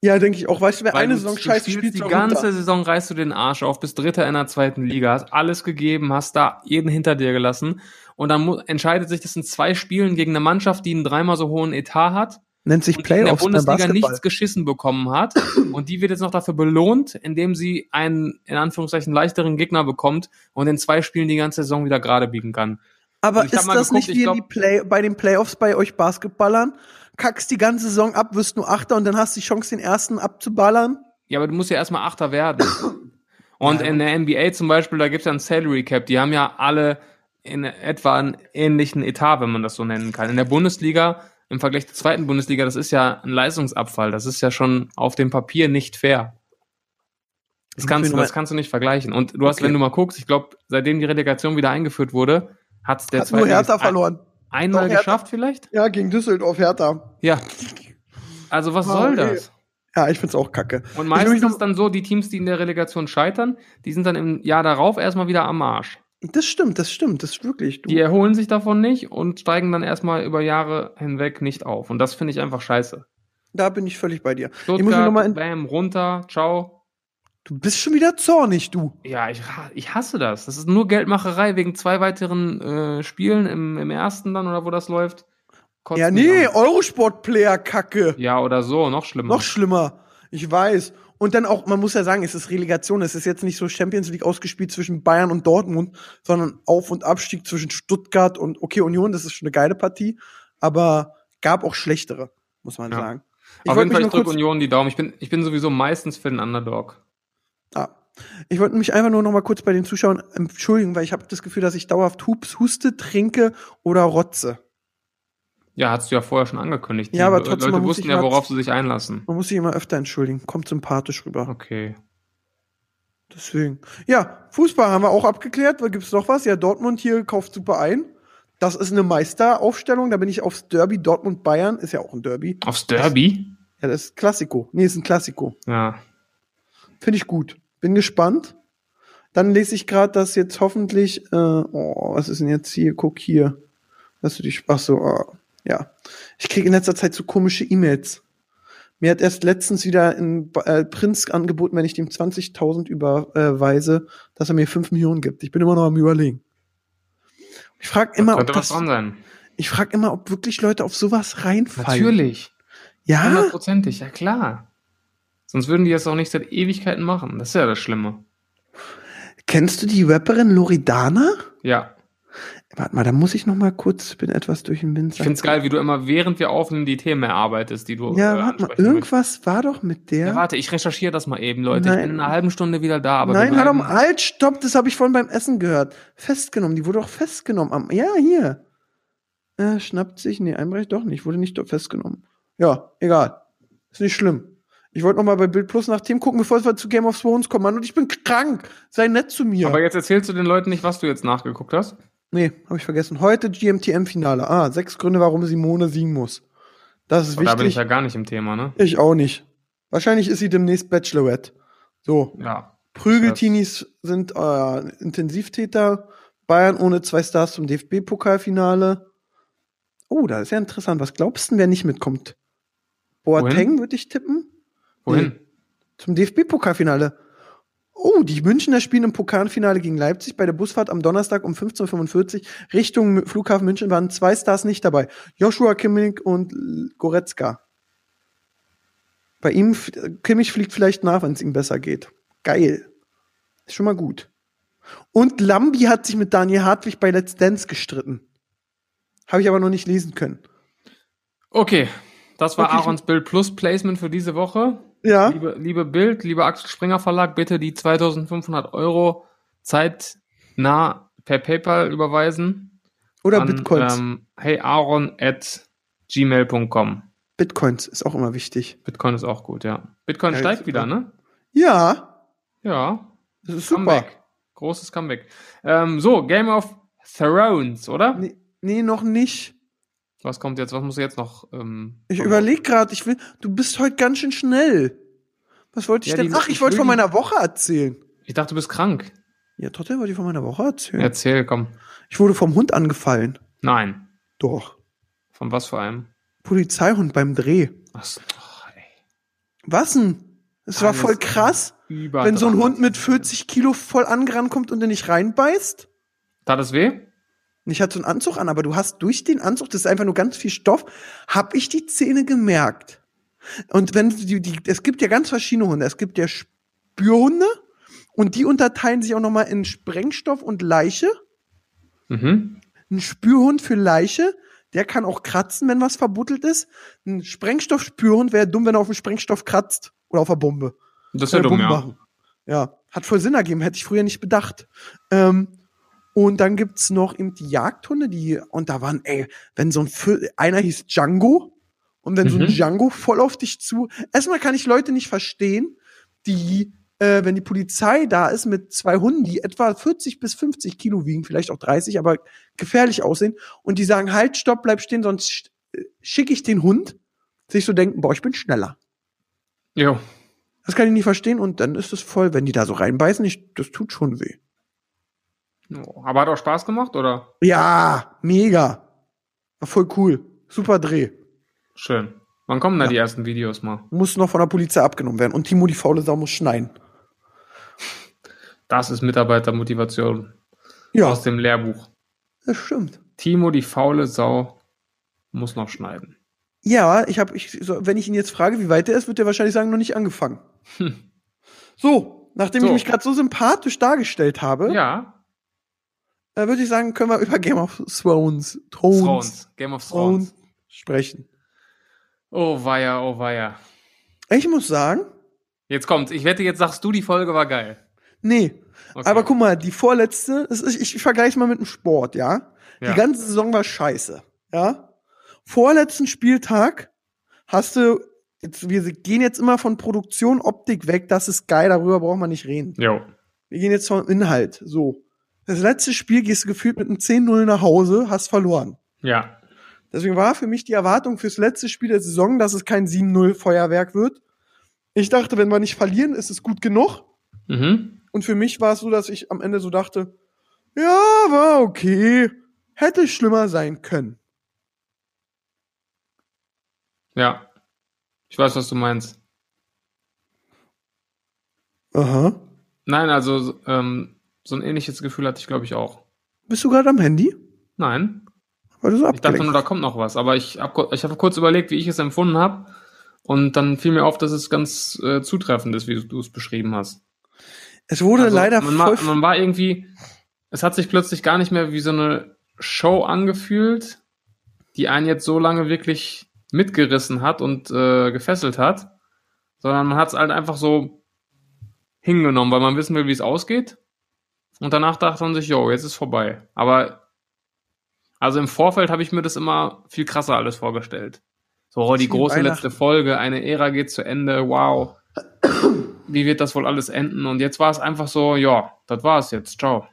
Speaker 2: ja, denke ich auch. Weißt du, wer
Speaker 3: Weil
Speaker 2: eine
Speaker 3: du-
Speaker 2: Saison
Speaker 3: du
Speaker 2: scheiße
Speaker 3: spielst
Speaker 2: spielt,
Speaker 3: die
Speaker 2: soll
Speaker 3: ganze
Speaker 2: runter.
Speaker 3: Saison reißt du den Arsch auf, bist Dritter in der zweiten Liga, hast alles gegeben, hast da jeden hinter dir gelassen und dann mu- entscheidet sich das in zwei Spielen gegen eine Mannschaft, die einen dreimal so hohen Etat hat
Speaker 2: nennt sich
Speaker 3: und die in der
Speaker 2: Playoffs beim
Speaker 3: Bundesliga
Speaker 2: Basketball.
Speaker 3: nichts geschissen bekommen hat. Und die wird jetzt noch dafür belohnt, indem sie einen, in Anführungszeichen, leichteren Gegner bekommt und in zwei Spielen die ganze Saison wieder gerade biegen kann.
Speaker 2: Aber
Speaker 3: Und Also ich hab
Speaker 2: ist
Speaker 3: mal
Speaker 2: das
Speaker 3: geguckt,
Speaker 2: nicht
Speaker 3: ich
Speaker 2: wie
Speaker 3: glaub-
Speaker 2: die Play bei den Playoffs bei euch Basketballern? Kackst die ganze Saison ab, wirst nur Achter und dann hast du die Chance, den ersten abzuballern?
Speaker 3: Ja, aber du musst ja erstmal Achter werden. Und in der NBA zum Beispiel, da gibt es ja ein Salary Cap. Die haben ja alle in etwa einen ähnlichen Etat, wenn man das so nennen kann. In der Bundesliga, im Vergleich zur zweiten Bundesliga, das ist ja ein Leistungsabfall. Das ist ja schon auf dem Papier nicht fair. Das kannst, du, das kannst du nicht vergleichen. Und du hast,
Speaker 2: Okay.
Speaker 3: wenn du mal guckst, ich glaube, seitdem die Relegation wieder eingeführt wurde, hat es der
Speaker 2: Hat nur
Speaker 3: Zweitligist
Speaker 2: Hertha
Speaker 3: ein-
Speaker 2: verloren.
Speaker 3: einmal
Speaker 2: Doch, Hertha.
Speaker 3: geschafft vielleicht?
Speaker 2: Ja, gegen Düsseldorf Hertha.
Speaker 3: Ja. Also was
Speaker 2: Oh,
Speaker 3: soll
Speaker 2: nee.
Speaker 3: das?
Speaker 2: Ja, ich find's auch kacke.
Speaker 3: Und
Speaker 2: Ich will mich
Speaker 3: meistens
Speaker 2: noch-
Speaker 3: dann so, die Teams, die in der Relegation scheitern, die sind dann im Jahr darauf erstmal wieder am Arsch.
Speaker 2: Das stimmt, das stimmt, das ist wirklich. Du.
Speaker 3: Die erholen sich davon nicht und steigen dann erstmal über Jahre hinweg nicht auf. Und das finde ich einfach scheiße.
Speaker 2: Da bin ich völlig bei dir. ich muss mich noch mal
Speaker 3: Stuttgart,
Speaker 2: in,
Speaker 3: bam, runter, ciao.
Speaker 2: du bist schon wieder zornig, du.
Speaker 3: Ja, ich, ha- ich hasse das. Das ist nur Geldmacherei wegen zwei weiteren äh, Spielen im, im ersten dann oder wo das läuft. Kotzt
Speaker 2: ja,
Speaker 3: mich
Speaker 2: nee,
Speaker 3: an.
Speaker 2: Eurosport-Player-Kacke.
Speaker 3: Ja, oder so, noch schlimmer.
Speaker 2: Noch schlimmer. Ich weiß. Und dann auch, man muss ja sagen, es ist Relegation. Es ist jetzt nicht so Champions League ausgespielt zwischen Bayern und Dortmund, sondern Auf- und Abstieg zwischen Stuttgart und, okay, Union, das ist schon eine geile Partie, aber gab auch schlechtere, muss man
Speaker 3: Ja.
Speaker 2: sagen. Ich
Speaker 3: Auf
Speaker 2: wollte
Speaker 3: jeden
Speaker 2: mich
Speaker 3: Fall,
Speaker 2: nur
Speaker 3: ich drücke
Speaker 2: kurz,
Speaker 3: Union die Daumen. Ich bin, ich bin sowieso meistens für den Underdog.
Speaker 2: ah, ich wollte mich einfach nur noch mal kurz bei den Zuschauern entschuldigen, weil ich habe das Gefühl, dass ich dauerhaft Hups, Huste, trinke oder rotze.
Speaker 3: Ja, hast du ja vorher schon angekündigt.
Speaker 2: Ja, aber
Speaker 3: Le-
Speaker 2: trotzdem, man
Speaker 3: Leute
Speaker 2: muss
Speaker 3: wussten
Speaker 2: sich
Speaker 3: ja,
Speaker 2: mal-
Speaker 3: worauf sie sich einlassen.
Speaker 2: Man muss sich immer öfter entschuldigen, kommt sympathisch rüber.
Speaker 3: Okay.
Speaker 2: Deswegen. Ja, Fußball haben wir auch abgeklärt. Gibt es noch was? Ja, Dortmund hier kauft super ein. Das ist eine Meisteraufstellung. Da bin ich aufs Derby Dortmund-Bayern. Ist ja auch ein Derby.
Speaker 3: Aufs Derby?
Speaker 2: Ja, das ist Klassiko. Nee, ist ein Klassiko.
Speaker 3: Ja.
Speaker 2: Finde ich gut. Bin gespannt. Dann lese ich gerade, dass jetzt hoffentlich, äh, oh, was ist denn jetzt hier? Guck hier. Dass du dich, ach so, ah. Ja. Ich kriege in letzter Zeit so komische E-Mails. Mir hat erst letztens wieder ein äh, Prinz angeboten, wenn ich dem 20.000 überweise, dass er mir 5 Millionen gibt. Ich bin immer noch am Überlegen. Ich frage immer, ob
Speaker 3: Könnte was
Speaker 2: das,
Speaker 3: dran sein.
Speaker 2: ich frag immer, ob wirklich Leute auf sowas reinfallen.
Speaker 3: Natürlich.
Speaker 2: Ja,
Speaker 3: Hundertprozentig, ja klar. Sonst würden die das auch nicht seit Ewigkeiten machen. Das ist ja das Schlimme.
Speaker 2: kennst du die Rapperin Loredana?
Speaker 3: Ja.
Speaker 2: Warte mal, da muss ich noch mal kurz, ich bin etwas durch den Wind.
Speaker 3: Ich find's geil, wie du immer, während wir aufnehmen, die Themen erarbeitest, die du.
Speaker 2: Ja, warte
Speaker 3: äh,
Speaker 2: mal,
Speaker 3: ansprechen möchtest.
Speaker 2: irgendwas war doch mit der.
Speaker 3: Ja, warte, ich recherchiere das mal eben, Leute. Ich
Speaker 2: Nein.
Speaker 3: bin in einer halben Stunde wieder da. Aber
Speaker 2: Nein,
Speaker 3: wir
Speaker 2: halt
Speaker 3: bleiben-
Speaker 2: mal, halt, stopp, das habe ich vorhin beim Essen gehört. Festgenommen, die wurde auch festgenommen. Am, ja, hier. Äh, schnappt sich, nee, Einbrecht doch nicht, wurde nicht festgenommen. Ja, egal. Ist nicht schlimm. Ich wollte noch mal bei Bild Plus nach Themen gucken, bevor wir zu Game of Thrones kommen, Mann. Und ich bin krank. Sei nett zu mir.
Speaker 3: Aber jetzt erzählst du den Leuten nicht, was du jetzt nachgeguckt hast.
Speaker 2: nee, habe ich vergessen. Heute GMTM-Finale. Ah, sechs Gründe, warum Simone siegen muss. Das ist
Speaker 3: Aber da bin
Speaker 2: wichtig.
Speaker 3: ich ja gar nicht im Thema, ne?
Speaker 2: ich auch nicht. Wahrscheinlich ist sie demnächst Bachelorette. So.
Speaker 3: Ja.
Speaker 2: Prügeltinis sind äh, Intensivtäter. Bayern ohne zwei Stars zum DFB-Pokalfinale. Oh, das ist ja interessant. Was glaubst du, wer nicht mitkommt? Boateng würde ich tippen.
Speaker 3: Wohin?
Speaker 2: Zum DFB-Pokalfinale. Oh, die Münchner spielen im Pokalfinale gegen Leipzig. Bei der Busfahrt am Donnerstag um 15.45 Uhr Richtung M- Flughafen München waren zwei Stars nicht dabei. Joshua Kimmich und L- Goretzka. Bei ihm, f- Kimmich fliegt vielleicht nach, wenn es ihm besser geht. Geil. Ist schon mal gut. Und Lambi hat sich mit Daniel Hartwig bei Let's Dance gestritten. Habe ich aber noch nicht lesen können.
Speaker 3: Okay. Das war
Speaker 2: Okay, ich-
Speaker 3: Aarons Bild Plus Placement für diese Woche.
Speaker 2: Ja,
Speaker 3: Liebe, liebe Bild, lieber Axel Springer Verlag, bitte die 2500 Euro zeitnah per PayPal überweisen.
Speaker 2: oder
Speaker 3: an,
Speaker 2: Bitcoins.
Speaker 3: Ähm, hey Aaron at gmail.com.
Speaker 2: Bitcoins ist auch immer wichtig.
Speaker 3: Bitcoin ist auch gut, ja. Bitcoin
Speaker 2: Ja,
Speaker 3: steigt
Speaker 2: jetzt-
Speaker 3: wieder, ne?
Speaker 2: Ja,
Speaker 3: Ja.
Speaker 2: das ist super.
Speaker 3: Comeback. Großes Comeback. Ähm, so, Game of Thrones, oder?
Speaker 2: Nee, nee, noch nicht.
Speaker 3: Was kommt jetzt? Was muss jetzt noch? Ähm,
Speaker 2: Ich
Speaker 3: kommen?
Speaker 2: überlege gerade, ich will. Du bist heute ganz schön schnell. Was wollte ich
Speaker 3: Ja,
Speaker 2: denn?
Speaker 3: die-
Speaker 2: Ach, ich,
Speaker 3: ich
Speaker 2: wollte
Speaker 3: will
Speaker 2: von
Speaker 3: die-
Speaker 2: meiner Woche erzählen.
Speaker 3: Ich dachte, du bist krank.
Speaker 2: Ja, trotzdem wollte ich von meiner Woche erzählen.
Speaker 3: Erzähl, komm.
Speaker 2: Ich wurde vom Hund angefallen.
Speaker 3: Nein.
Speaker 2: Doch.
Speaker 3: Von was vor allem?
Speaker 2: Polizeihund beim Dreh.
Speaker 3: Ach, so, ach, ey.
Speaker 2: Was denn? Es war
Speaker 3: Alles
Speaker 2: voll krass,
Speaker 3: Über
Speaker 2: wenn so ein
Speaker 3: Drama.
Speaker 2: Hund mit 40 Kilo voll angerannt kommt und dir nicht reinbeißt.
Speaker 3: Tat es weh?
Speaker 2: Und Ich hatte so einen Anzug an, aber du hast durch den Anzug, das ist einfach nur ganz viel Stoff, hab ich die Zähne gemerkt. Und wenn die, die, es gibt ja ganz verschiedene Hunde. Es gibt ja Spürhunde und die unterteilen sich auch nochmal in Sprengstoff und Leiche.
Speaker 3: Mhm.
Speaker 2: Ein Spürhund für Leiche, der kann auch kratzen, wenn was verbuddelt ist. Ein Sprengstoffspürhund wäre dumm, wenn er auf den Sprengstoff kratzt oder auf der Bombe.
Speaker 3: Das ist ja
Speaker 2: Äh,
Speaker 3: dumm,
Speaker 2: Bumm
Speaker 3: ja.
Speaker 2: machen. Ja, hat voll Sinn ergeben, hätte ich früher nicht bedacht. Ähm, und dann gibt's noch eben die Jagdhunde, die, und da waren, ey, wenn so ein, Fü- einer hieß Django, und wenn so ein
Speaker 3: Mhm.
Speaker 2: Django voll auf dich zu, erstmal kann ich Leute nicht verstehen, die, äh, wenn die Polizei da ist mit zwei Hunden, die etwa 40 bis 50 Kilo wiegen, vielleicht auch 30, aber gefährlich aussehen, und die sagen, halt, stopp, bleib stehen, sonst sch- äh, schicke ich den Hund, sich so denken, boah, ich bin schneller.
Speaker 3: Jo.
Speaker 2: Das kann ich nicht verstehen und dann ist es voll, wenn die da so reinbeißen, ich, das tut schon weh.
Speaker 3: Aber hat auch Spaß gemacht, oder?
Speaker 2: Ja, mega. War voll cool. Super Dreh.
Speaker 3: Schön. Wann kommen da die ersten Videos mal?
Speaker 2: Muss noch von der Polizei abgenommen werden und Timo die faule Sau muss schneien.
Speaker 3: Das ist Mitarbeitermotivation
Speaker 2: Ja,
Speaker 3: aus dem Lehrbuch.
Speaker 2: das stimmt.
Speaker 3: Timo, die faule Sau, muss noch schneiden.
Speaker 2: Ja, ich habe, ich, so, wenn ich ihn jetzt frage, wie weit er ist, wird er wahrscheinlich sagen, noch nicht angefangen.
Speaker 3: Hm.
Speaker 2: So, nachdem ich
Speaker 3: So.
Speaker 2: mich gerade so sympathisch dargestellt habe,
Speaker 3: Ja,
Speaker 2: äh, würde ich sagen, können wir über Game of Thrones, Thrones,
Speaker 3: Thrones. Game of
Speaker 2: Thrones,
Speaker 3: Thrones.
Speaker 2: sprechen.
Speaker 3: Oh weia, oh weia.
Speaker 2: Ich muss sagen,
Speaker 3: Jetzt kommt's. Ich wette, jetzt sagst du, die Folge war geil.
Speaker 2: nee,
Speaker 3: Okay.
Speaker 2: Aber guck mal, die vorletzte, das ist, ich, ich vergleiche mal mit dem Sport, ja?
Speaker 3: Ja.
Speaker 2: Die ganze Saison war scheiße, ja? Vorletzten Spieltag hast du, jetzt, wir gehen jetzt immer von Produktion, Optik weg, das ist geil, darüber braucht man nicht reden.
Speaker 3: Jo.
Speaker 2: Wir gehen jetzt vom Inhalt, so. Das letzte Spiel gehst du gefühlt mit einem 10-0 nach Hause, hast verloren.
Speaker 3: Ja.
Speaker 2: Deswegen war für mich die Erwartung fürs letzte Spiel der Saison, dass es kein 7-0 Feuerwerk wird. Ich dachte, wenn wir nicht verlieren, ist es gut genug.
Speaker 3: Mhm.
Speaker 2: Und für mich war es so, dass ich am Ende so dachte, ja, war okay. Hätte schlimmer sein können.
Speaker 3: Ja. Ich weiß, was du meinst.
Speaker 2: Aha.
Speaker 3: Nein, also so, ähm, so ein ähnliches Gefühl hatte ich, glaube ich, auch.
Speaker 2: Bist du gerade am Handy?
Speaker 3: Nein.
Speaker 2: Weil du so
Speaker 3: Ich dachte
Speaker 2: abgelenkt
Speaker 3: nur, da kommt noch was. Aber ich habe ich hab kurz überlegt, wie ich es empfunden habe. Und dann fiel mir auf, dass es ganz äh, zutreffend ist, wie du es beschrieben hast.
Speaker 2: Es wurde
Speaker 3: Also,
Speaker 2: leider
Speaker 3: man war,
Speaker 2: voll.
Speaker 3: man war irgendwie, es hat sich plötzlich gar nicht mehr wie so eine Show angefühlt, die einen jetzt so lange wirklich mitgerissen hat und äh, gefesselt hat, sondern man hat es halt einfach so hingenommen, weil man wissen will, wie es ausgeht. Und danach dachte man sich, yo, jetzt ist vorbei. Aber also im Vorfeld habe ich mir das immer viel krasser alles vorgestellt. So, oh, die
Speaker 2: Wie
Speaker 3: große
Speaker 2: Weihnachten.
Speaker 3: letzte Folge, eine Ära geht zu
Speaker 2: [coughs]
Speaker 3: Ende, wow. Wie wird das wohl alles enden? Und jetzt war es einfach so, ja, das war es jetzt, ciao.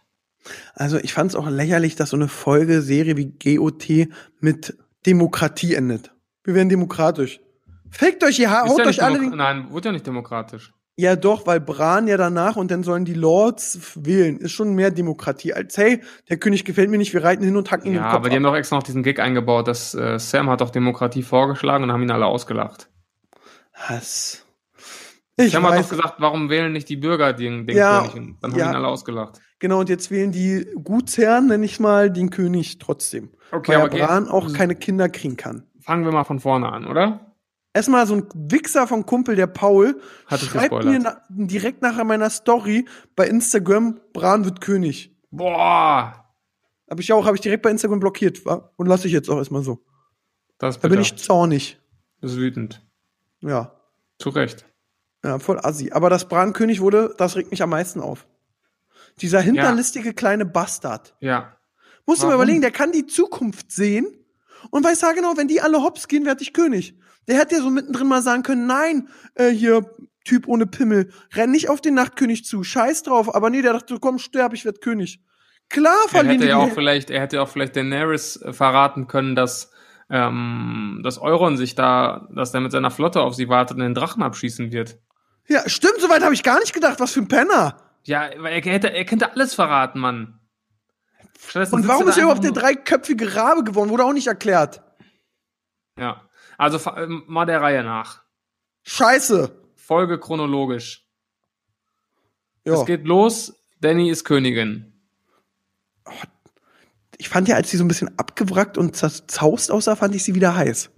Speaker 2: also ich fand es auch lächerlich, dass so eine Folge Serie wie GOT mit Demokratie endet. Wir werden demokratisch. Fickt euch, ihr ha-
Speaker 3: Ist
Speaker 2: haut
Speaker 3: ja
Speaker 2: euch
Speaker 3: nicht
Speaker 2: alle.
Speaker 3: demok-
Speaker 2: den-
Speaker 3: Nein, wurde ja nicht demokratisch.
Speaker 2: Ja doch, weil Bran ja danach und dann sollen die Lords f- wählen. Ist schon mehr Demokratie als hey, der König gefällt mir nicht, wir reiten hin und hacken ihn
Speaker 3: Ja,
Speaker 2: den Kopf
Speaker 3: aber die haben
Speaker 2: ab.
Speaker 3: doch extra noch diesen Gig eingebaut, dass äh, Sam hat doch Demokratie vorgeschlagen und haben ihn alle ausgelacht.
Speaker 2: Hass. Ich
Speaker 3: Sam hat doch
Speaker 2: weiß,
Speaker 3: gesagt, warum wählen nicht die Bürger den, den
Speaker 2: Ja,
Speaker 3: König? Und dann haben
Speaker 2: ja.
Speaker 3: ihn alle ausgelacht.
Speaker 2: genau, und jetzt wählen die Gutsherren, nenn ich mal, den König trotzdem.
Speaker 3: Okay, Also
Speaker 2: Weil ja
Speaker 3: aber geh-
Speaker 2: Bran auch keine Kinder kriegen kann.
Speaker 3: fangen wir mal von vorne an, oder?
Speaker 2: Erstmal so ein Wichser vom Kumpel, der Paul,
Speaker 3: Hat dich
Speaker 2: schreibt
Speaker 3: gespoilert.
Speaker 2: mir na, direkt nach meiner Story bei Instagram, Bran wird König.
Speaker 3: Boah,
Speaker 2: Hab ich auch, habe ich direkt bei Instagram blockiert, war? Und lasse ich jetzt auch erstmal so.
Speaker 3: das ist
Speaker 2: Da
Speaker 3: bitter.
Speaker 2: bin ich zornig.
Speaker 3: Das ist wütend.
Speaker 2: Ja.
Speaker 3: Zu Recht.
Speaker 2: Ja, voll assi. Aber dass Bran König wurde, das regt mich am meisten auf. Dieser hinterlistige kleine Bastard.
Speaker 3: Ja.
Speaker 2: Muss mal
Speaker 3: Warum?
Speaker 2: überlegen, der kann die Zukunft sehen und weiß ja genau, wenn die alle hops gehen, werde ich König. Der hätte ja so mittendrin mal sagen können, nein, äh, hier, Typ ohne Pimmel, renn nicht auf den Nachtkönig zu, scheiß drauf. Aber nee, der dachte, komm, sterb, ich werde König. Klar
Speaker 3: Er
Speaker 2: verlieren
Speaker 3: hätte
Speaker 2: die
Speaker 3: ja auch
Speaker 2: die-
Speaker 3: vielleicht, er hätte ja auch vielleicht Daenerys äh, verraten können, dass, ähm, dass Euron sich da, dass der mit seiner Flotte auf sie wartet und den Drachen abschießen wird.
Speaker 2: Ja, stimmt, soweit habe ich gar nicht gedacht, was für ein Penner.
Speaker 3: Ja, weil er hätte, er könnte alles verraten, Mann. Stattdessen
Speaker 2: Und
Speaker 3: sitzt
Speaker 2: warum
Speaker 3: da
Speaker 2: ist er überhaupt der
Speaker 3: einfach
Speaker 2: dreiköpfige Rabe geworden, wurde auch nicht erklärt.
Speaker 3: nur- Ja. Also fa- ähm, mal der Reihe nach.
Speaker 2: Scheiße.
Speaker 3: Folge chronologisch.
Speaker 2: Ja.
Speaker 3: Es geht los, Danny ist Königin.
Speaker 2: ich fand ja, als sie so ein bisschen abgewrackt und zerzaust aussah, fand ich sie wieder heiß.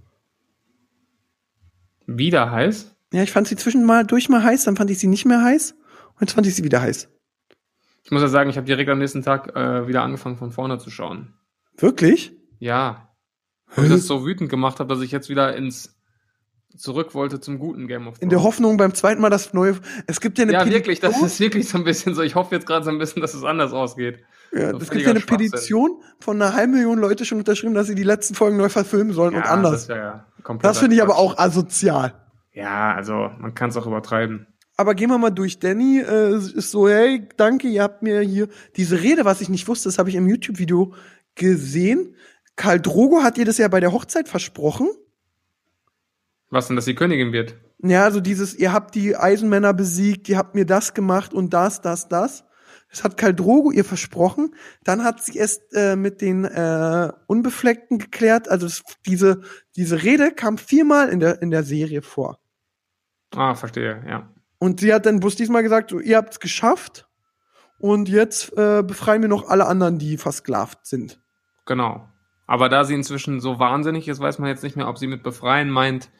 Speaker 3: Wieder heiß?
Speaker 2: Ja, ich fand sie zwischen mal durch mal heiß, dann fand ich sie nicht mehr heiß und jetzt fand ich sie wieder heiß.
Speaker 3: Ich muss ja sagen, ich habe direkt am nächsten Tag äh, wieder angefangen von vorne zu schauen.
Speaker 2: Wirklich?
Speaker 3: Ja. Weil das so wütend gemacht habe, dass ich jetzt wieder ins zurück wollte zum guten Game of Thrones.
Speaker 2: In der Hoffnung beim zweiten Mal das neue. Es gibt ja eine
Speaker 3: Oh. Ja,
Speaker 2: Peti-
Speaker 3: wirklich, das ist wirklich so ein bisschen so. Ich hoffe jetzt gerade so ein bisschen, dass es anders ausgeht.
Speaker 2: Ja,
Speaker 3: so
Speaker 2: es gibt
Speaker 3: völliger
Speaker 2: ja eine
Speaker 3: Schwachsinn.
Speaker 2: Petition von einer halben Million Leute schon unterschrieben, dass sie die letzten Folgen neu verfilmen sollen und anders.
Speaker 3: Das, wär ja komplett
Speaker 2: Das finde ich aber auch asozial.
Speaker 3: Ja, also man kann es auch übertreiben.
Speaker 2: Aber gehen wir mal durch. Danny äh, ist so, hey, danke, ihr habt mir hier diese Rede, was ich nicht wusste, das habe ich im YouTube-Video gesehen. Karl Drogo hat ihr das ja bei der Hochzeit versprochen.
Speaker 3: Was denn, dass sie Königin wird?
Speaker 2: Ja, also dieses, ihr habt die Eisenmänner besiegt, ihr habt mir das gemacht und das, das, das. Das hat Karl Drogo ihr versprochen. Dann hat sie es äh, mit den äh, Unbefleckten geklärt. Also es, diese, diese Rede kam viermal in der, in der Serie vor.
Speaker 3: Ah, verstehe, ja.
Speaker 2: Und sie hat dann bloß diesmal gesagt, so, ihr habt es geschafft und jetzt äh, befreien wir noch alle anderen, die versklavt sind.
Speaker 3: Genau. Aber da sie inzwischen so wahnsinnig ist, weiß man jetzt nicht mehr, ob sie mit befreien meint,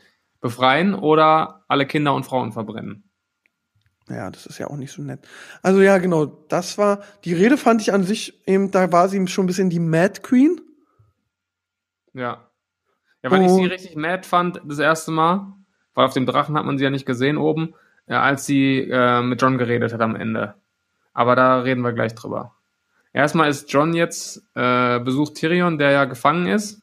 Speaker 3: befreien oder alle Kinder und Frauen verbrennen.
Speaker 2: Ja, das ist ja auch nicht so nett. Also ja, genau, das war, die Rede fand ich an sich eben, da war sie schon ein bisschen die Mad Queen.
Speaker 3: Ja. Ja, weil ich sie
Speaker 2: Oh.
Speaker 3: richtig mad fand das erste Mal, weil auf dem Drachen hat man sie ja nicht gesehen oben, ja, als sie äh, mit John geredet hat am Ende. Aber da reden wir gleich drüber. Erstmal ist John jetzt, äh, besucht Tyrion, der ja gefangen ist.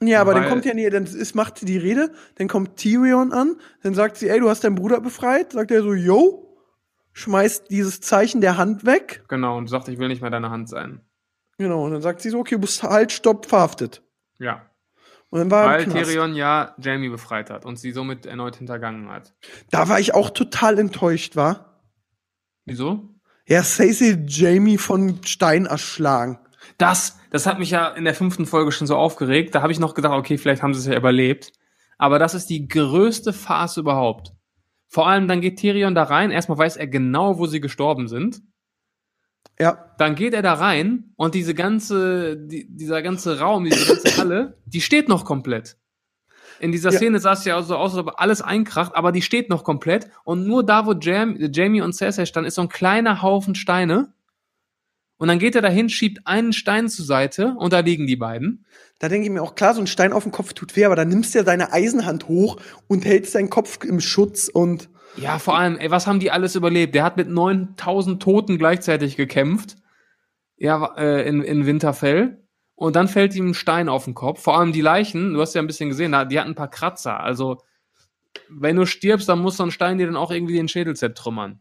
Speaker 2: Ja, aber
Speaker 3: Weil-
Speaker 2: dann kommt ja nie, dann ist, macht sie die Rede, dann kommt Tyrion an, dann sagt sie, ey, du hast deinen Bruder befreit, sagt er so, yo, schmeißt dieses Zeichen der Hand weg.
Speaker 3: Genau, und sagt, ich will nicht mehr deine Hand sein.
Speaker 2: Genau, und dann sagt sie so, okay, du bist halt, stopp, verhaftet.
Speaker 3: Ja.
Speaker 2: Und dann war er
Speaker 3: Weil
Speaker 2: im Knast.
Speaker 3: Tyrion ja Jamie befreit hat und sie somit erneut hintergangen hat.
Speaker 2: Da war ich auch total enttäuscht, war.
Speaker 3: Wieso?
Speaker 2: Ja, Stacey Jamie von Stein erschlagen.
Speaker 3: Das, das hat mich ja in der fünften Folge schon so aufgeregt. Da habe ich noch gedacht, okay, vielleicht haben sie es ja überlebt. Aber das ist die größte Farce überhaupt. Vor allem dann geht Tyrion da rein. Erstmal weiß er genau, wo sie gestorben sind.
Speaker 2: Ja,
Speaker 3: Dann geht er da rein und diese ganze, die, dieser ganze Raum, diese ganze Halle, die steht noch komplett. In dieser
Speaker 2: Ja.
Speaker 3: Szene sah es ja so aus, als ob alles einkracht, aber die steht noch komplett. Und nur da, wo Jam, Jamie und Cersei standen, ist so ein kleiner Haufen Steine. Und dann geht er dahin, schiebt einen Stein zur Seite und da liegen die beiden.
Speaker 2: da denke ich mir auch, klar, so ein Stein auf den Kopf tut weh, aber dann nimmst du ja deine Eisenhand hoch und hältst deinen Kopf im Schutz und
Speaker 3: Ja, vor allem, ey, was haben die alles überlebt? Der hat mit 9000 Toten gleichzeitig gekämpft. Ja, äh, in, in Winterfell. Und dann fällt ihm ein Stein auf den Kopf. Vor allem die Leichen, du hast ja ein bisschen gesehen, da- die hatten ein paar Kratzer. Also, wenn du stirbst, dann muss so ein Stein dir dann auch irgendwie den Schädel zertrümmern.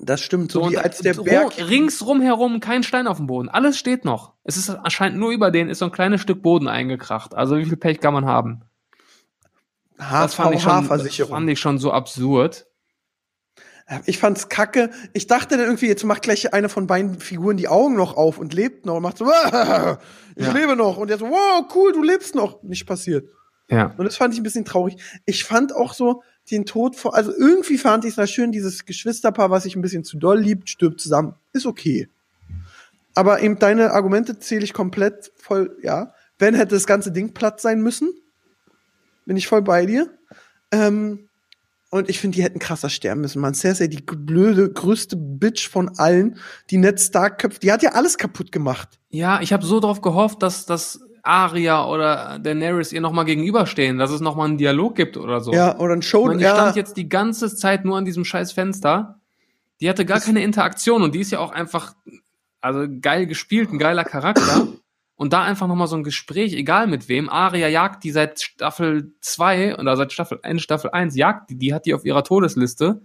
Speaker 2: das stimmt, so, wie
Speaker 3: und
Speaker 2: als der
Speaker 3: dro-
Speaker 2: Berg.
Speaker 3: Ringsrum herum kein Stein auf dem Boden. Alles steht noch. Es ist anscheinend nur über den, ist so ein kleines Stück Boden eingekracht. Also, wie viel Pech kann man haben? Das fand ich schon, das
Speaker 2: HVH-Versicherung.
Speaker 3: fand ich schon so absurd.
Speaker 2: Äh, Ich fand's kacke. Ich dachte dann irgendwie, jetzt macht gleich eine von beiden Figuren die Augen noch auf und lebt noch und macht so, [laughs] ich
Speaker 3: Ja.
Speaker 2: lebe noch. Und jetzt so, wow, cool, du lebst noch. Nicht passiert.
Speaker 3: Ja.
Speaker 2: Und das fand ich ein bisschen traurig. Ich fand auch so den Tod vor, also irgendwie fand ich es noch schön, dieses Geschwisterpaar, was sich ein bisschen zu doll liebt, stirbt zusammen. Ist okay. Aber eben deine Argumente zähle ich komplett voll, ja. Wenn hätte das ganze Ding platt sein müssen. Bin ich voll bei dir. Ähm, und ich finde, die hätten krasser sterben müssen. Man, Cersei, die blöde, größte Bitch von allen, die Ned Stark köpft, die hat ja alles kaputt gemacht.
Speaker 3: Ja, ich habe so drauf gehofft, dass dass Arya oder Daenerys ihr nochmal gegenüberstehen, dass es nochmal einen Dialog gibt oder so.
Speaker 2: Ja, oder ein Show.
Speaker 3: Und die
Speaker 2: ja.
Speaker 3: stand jetzt die ganze Zeit nur an diesem scheiß Fenster. Die hatte gar
Speaker 2: Das-
Speaker 3: keine Interaktion und die ist ja auch einfach also geil gespielt, ein geiler
Speaker 2: [coughs]
Speaker 3: Charakter. Und da einfach nochmal so ein Gespräch, egal mit wem. Arya jagt die seit Staffel 2 oder seit Staffel 1, Staffel 1 jagt die, die hat die auf ihrer Todesliste.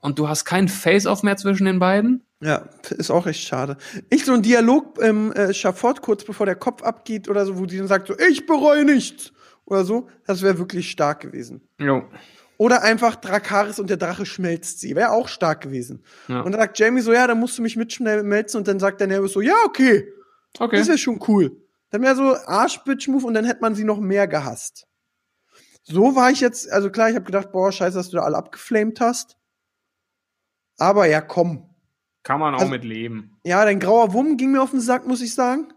Speaker 3: Und du hast keinen Face-Off mehr zwischen den beiden?
Speaker 2: Ja, ist auch echt schade. Ich so ein Dialog im äh, Schafott, kurz bevor der Kopf abgeht oder so, wo die dann sagt so, ich bereue nichts oder so, das wäre wirklich stark gewesen.
Speaker 3: Jo.
Speaker 2: Oder einfach Drakaris und der Drache schmelzt sie, wäre auch stark gewesen.
Speaker 3: Ja.
Speaker 2: Und dann sagt Jamie so, ja, dann musst du mich mitschmelzen und dann sagt der Nervous so, ja, okay,
Speaker 3: Okay.
Speaker 2: das wäre schon cool. Dann wäre so Arschbitch-Move und dann hätte man sie noch mehr gehasst. So war ich jetzt, also klar, ich habe gedacht, boah, scheiße, dass du da alle abgeflamed hast. Aber ja, komm.
Speaker 3: Kann man auch
Speaker 2: Also-
Speaker 3: mit leben.
Speaker 2: Ja, dein grauer Wumm ging mir auf den Sack, muss ich sagen.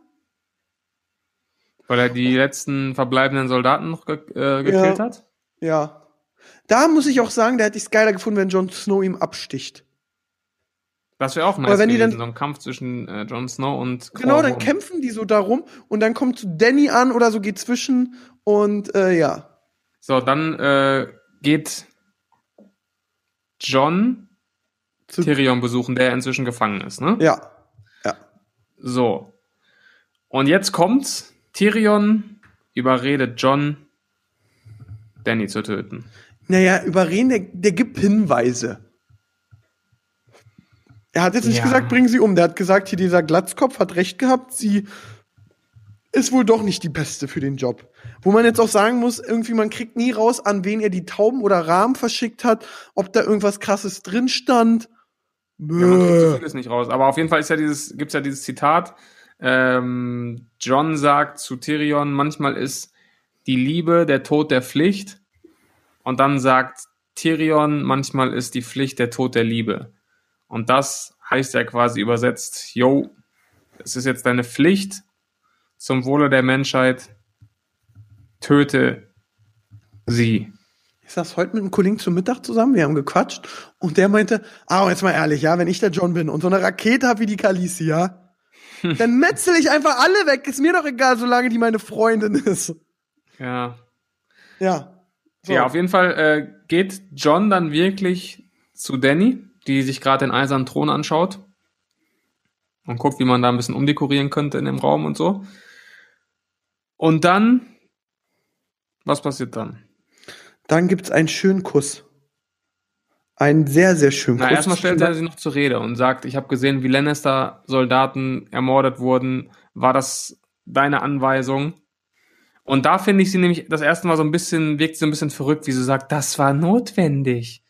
Speaker 3: Weil er die letzten verbleibenden Soldaten noch ge äh, gekillt
Speaker 2: Ja.
Speaker 3: hat?
Speaker 2: Ja. Da muss ich auch sagen, da hätte ich es geiler gefunden, wenn Jon Snow ihm absticht.
Speaker 3: Das wäre auch nice
Speaker 2: Aber wenn die
Speaker 3: gewesen,
Speaker 2: dann-
Speaker 3: so ein Kampf zwischen äh, Jon Snow und
Speaker 2: Genau, dann
Speaker 3: Corvo.
Speaker 2: kämpfen die so darum und dann kommt so Danny an oder so geht zwischen und äh, ja.
Speaker 3: So, dann äh, geht John
Speaker 2: Zu-
Speaker 3: Tyrion besuchen, der inzwischen gefangen ist, ne?
Speaker 2: Ja.
Speaker 3: So. Und jetzt kommt's. Tyrion überredet John, Danny zu töten.
Speaker 2: Naja, überreden, der, der gibt Hinweise. Er hat jetzt nicht
Speaker 3: Ja.
Speaker 2: gesagt, bringen sie um. Der hat gesagt, hier dieser Glatzkopf hat recht gehabt, sie ist wohl doch nicht die Beste für den Job. Wo man jetzt auch sagen muss, irgendwie, man kriegt nie raus, an wen er die Tauben oder Rahmen verschickt hat, ob da irgendwas krasses drin stand.
Speaker 3: Ja, man kriegt so
Speaker 2: Bäh.
Speaker 3: vieles nicht raus. Aber auf jeden Fall ist ja dieses, gibt's ja dieses Zitat. Ähm, John sagt zu Tyrion, manchmal ist die Liebe der Tod der Pflicht. Und dann sagt Tyrion, manchmal ist die Pflicht der Tod der Liebe. Und das heißt ja quasi übersetzt, yo, es ist jetzt deine Pflicht zum Wohle der Menschheit, töte sie.
Speaker 2: Ich saß heute mit einem Kollegen zum Mittag zusammen, wir haben gequatscht und der meinte, ah, und jetzt mal ehrlich, ja, wenn ich der John bin und so eine Rakete hab wie die Kalisi, ja,
Speaker 3: Hm.
Speaker 2: dann metzel ich einfach alle weg, ist mir doch egal, solange die meine Freundin ist.
Speaker 3: Ja,
Speaker 2: Ja. So.
Speaker 3: Ja, auf jeden Fall äh, geht John dann wirklich zu Danny, die sich gerade den eisernen Thron anschaut und guckt, wie man da ein bisschen umdekorieren könnte in dem Raum und so. Und dann, was passiert dann?
Speaker 2: Dann gibt's einen schönen Kuss. Einen sehr, sehr schönen
Speaker 3: Na,
Speaker 2: Kuss.
Speaker 3: erstmal stellt er sich noch zur Rede und sagt, ich habe gesehen, wie Lannister-Soldaten ermordet wurden. War das deine Anweisung? Und da finde ich sie nämlich das erste Mal so ein bisschen, wirkt sie ein bisschen verrückt, wie sie sagt, das war notwendig.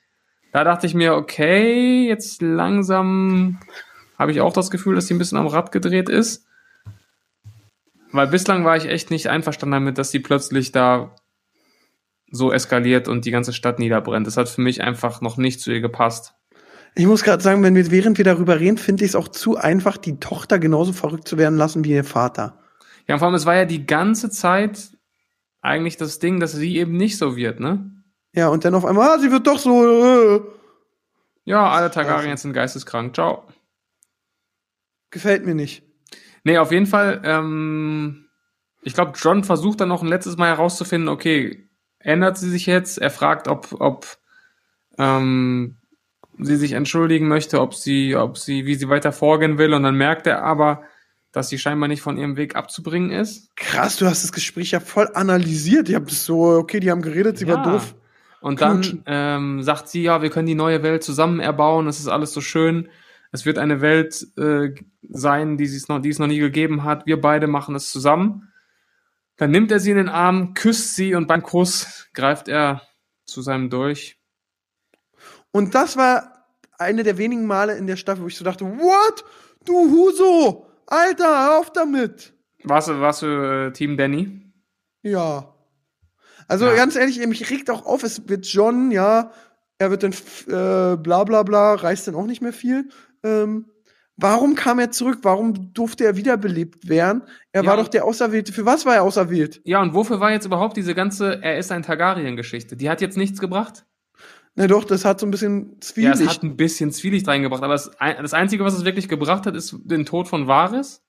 Speaker 3: Da dachte ich mir, okay, jetzt langsam habe ich auch das Gefühl, dass sie ein bisschen am Rad gedreht ist. Weil bislang war ich echt nicht einverstanden damit, dass die plötzlich da so eskaliert und die ganze Stadt niederbrennt. Das hat für mich einfach noch nicht zu ihr gepasst.
Speaker 2: Ich muss gerade sagen, wenn wir, während wir darüber reden, finde ich es auch zu einfach, die Tochter genauso verrückt zu werden lassen wie ihr Vater.
Speaker 3: Ja, und vor allem, es war ja die ganze Zeit eigentlich das Ding, dass sie eben nicht so wird, ne?
Speaker 2: Ja, und dann auf einmal, ah, sie wird doch so. Äh,
Speaker 3: Ja, alle Targaryens sind geisteskrank. Ciao.
Speaker 2: gefällt mir nicht.
Speaker 3: Nee, auf jeden Fall, ähm, ich glaube, John versucht dann noch ein letztes Mal herauszufinden, okay, ändert sie sich jetzt? Er fragt, ob, ob ähm, sie sich entschuldigen möchte, ob sie, ob sie, wie sie weiter vorgehen will. Und dann merkt er aber, dass sie scheinbar nicht von ihrem Weg abzubringen ist.
Speaker 2: Krass, du hast das Gespräch ja voll analysiert. Ich hab das so, okay, die haben geredet, sie war
Speaker 3: Ja.
Speaker 2: doof.
Speaker 3: Und dann
Speaker 2: Knutschen.
Speaker 3: ähm, sagt sie, ja, wir können die neue Welt zusammen erbauen, es ist alles so schön. Es wird eine Welt äh, sein, die, sie's noch, die es noch nie gegeben hat. Wir beide machen es zusammen. Dann nimmt er sie in den Arm, küsst sie und beim Kuss greift er zu seinem Dolch.
Speaker 2: Und das war eine der wenigen Male in der Staffel, wo ich so dachte, what? Du Huso! Alter, hör auf damit!
Speaker 3: Warst du, warst du äh, Team Danny?
Speaker 2: Ja. Also
Speaker 3: Ja.
Speaker 2: ganz ehrlich, mich regt auch auf, es wird John, ja, er wird dann f- äh, bla bla bla, reißt dann auch nicht mehr viel. Ähm, warum kam er zurück? Warum durfte er wiederbelebt werden? Er
Speaker 3: Ja.
Speaker 2: war doch der Auserwählte. Für was war er auserwählt?
Speaker 3: Ja, und wofür war jetzt überhaupt diese ganze Er ist ein Targaryen-Geschichte? Die hat jetzt nichts gebracht?
Speaker 2: Na doch, das hat so ein bisschen
Speaker 3: Ja,
Speaker 2: Zwielicht.
Speaker 3: es hat ein bisschen Zwielicht reingebracht, aber das, ein- das Einzige, was es wirklich gebracht hat, ist den Tod von Varys.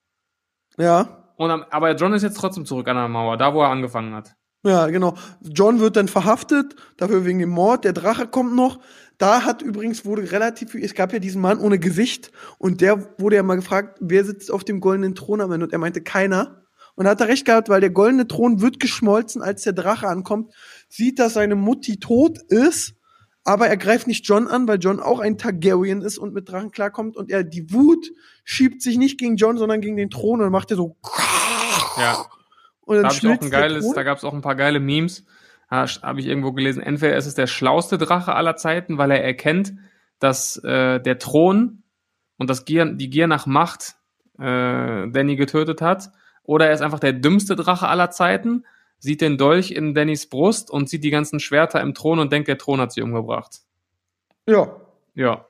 Speaker 2: ja.
Speaker 3: Und am, aber John ist jetzt trotzdem zurück an der Mauer, da wo er angefangen hat.
Speaker 2: Ja, genau. John wird dann verhaftet, dafür wegen dem Mord. Der Drache kommt noch. Da hat übrigens wurde relativ viel, es gab ja diesen Mann ohne Gesicht und der wurde ja mal gefragt, wer sitzt auf dem goldenen Thron am Ende und er meinte keiner. Und da hat er recht gehabt, weil der goldene Thron wird geschmolzen, als der Drache ankommt, sieht, dass seine Mutti tot ist, aber er greift nicht John an, weil John auch ein Targaryen ist und mit Drachen klarkommt und er die Wut schiebt sich nicht gegen John, sondern gegen den Thron und dann macht er so
Speaker 3: Ja,
Speaker 2: und
Speaker 3: da habe
Speaker 2: Oh,
Speaker 3: ich auch
Speaker 2: schmilzt
Speaker 3: ein
Speaker 2: der
Speaker 3: geiles,
Speaker 2: Thron.
Speaker 3: da gab es auch ein paar geile Memes. Da habe ich irgendwo gelesen, entweder es ist der schlauste Drache aller Zeiten, weil er erkennt, dass äh, der Thron und das Gier, die Gier nach Macht äh, Danny getötet hat, oder er ist einfach der dümmste Drache aller Zeiten, sieht den Dolch in Dannys Brust und sieht die ganzen Schwerter im Thron und denkt, der Thron hat sie umgebracht.
Speaker 2: ja.
Speaker 3: Ja.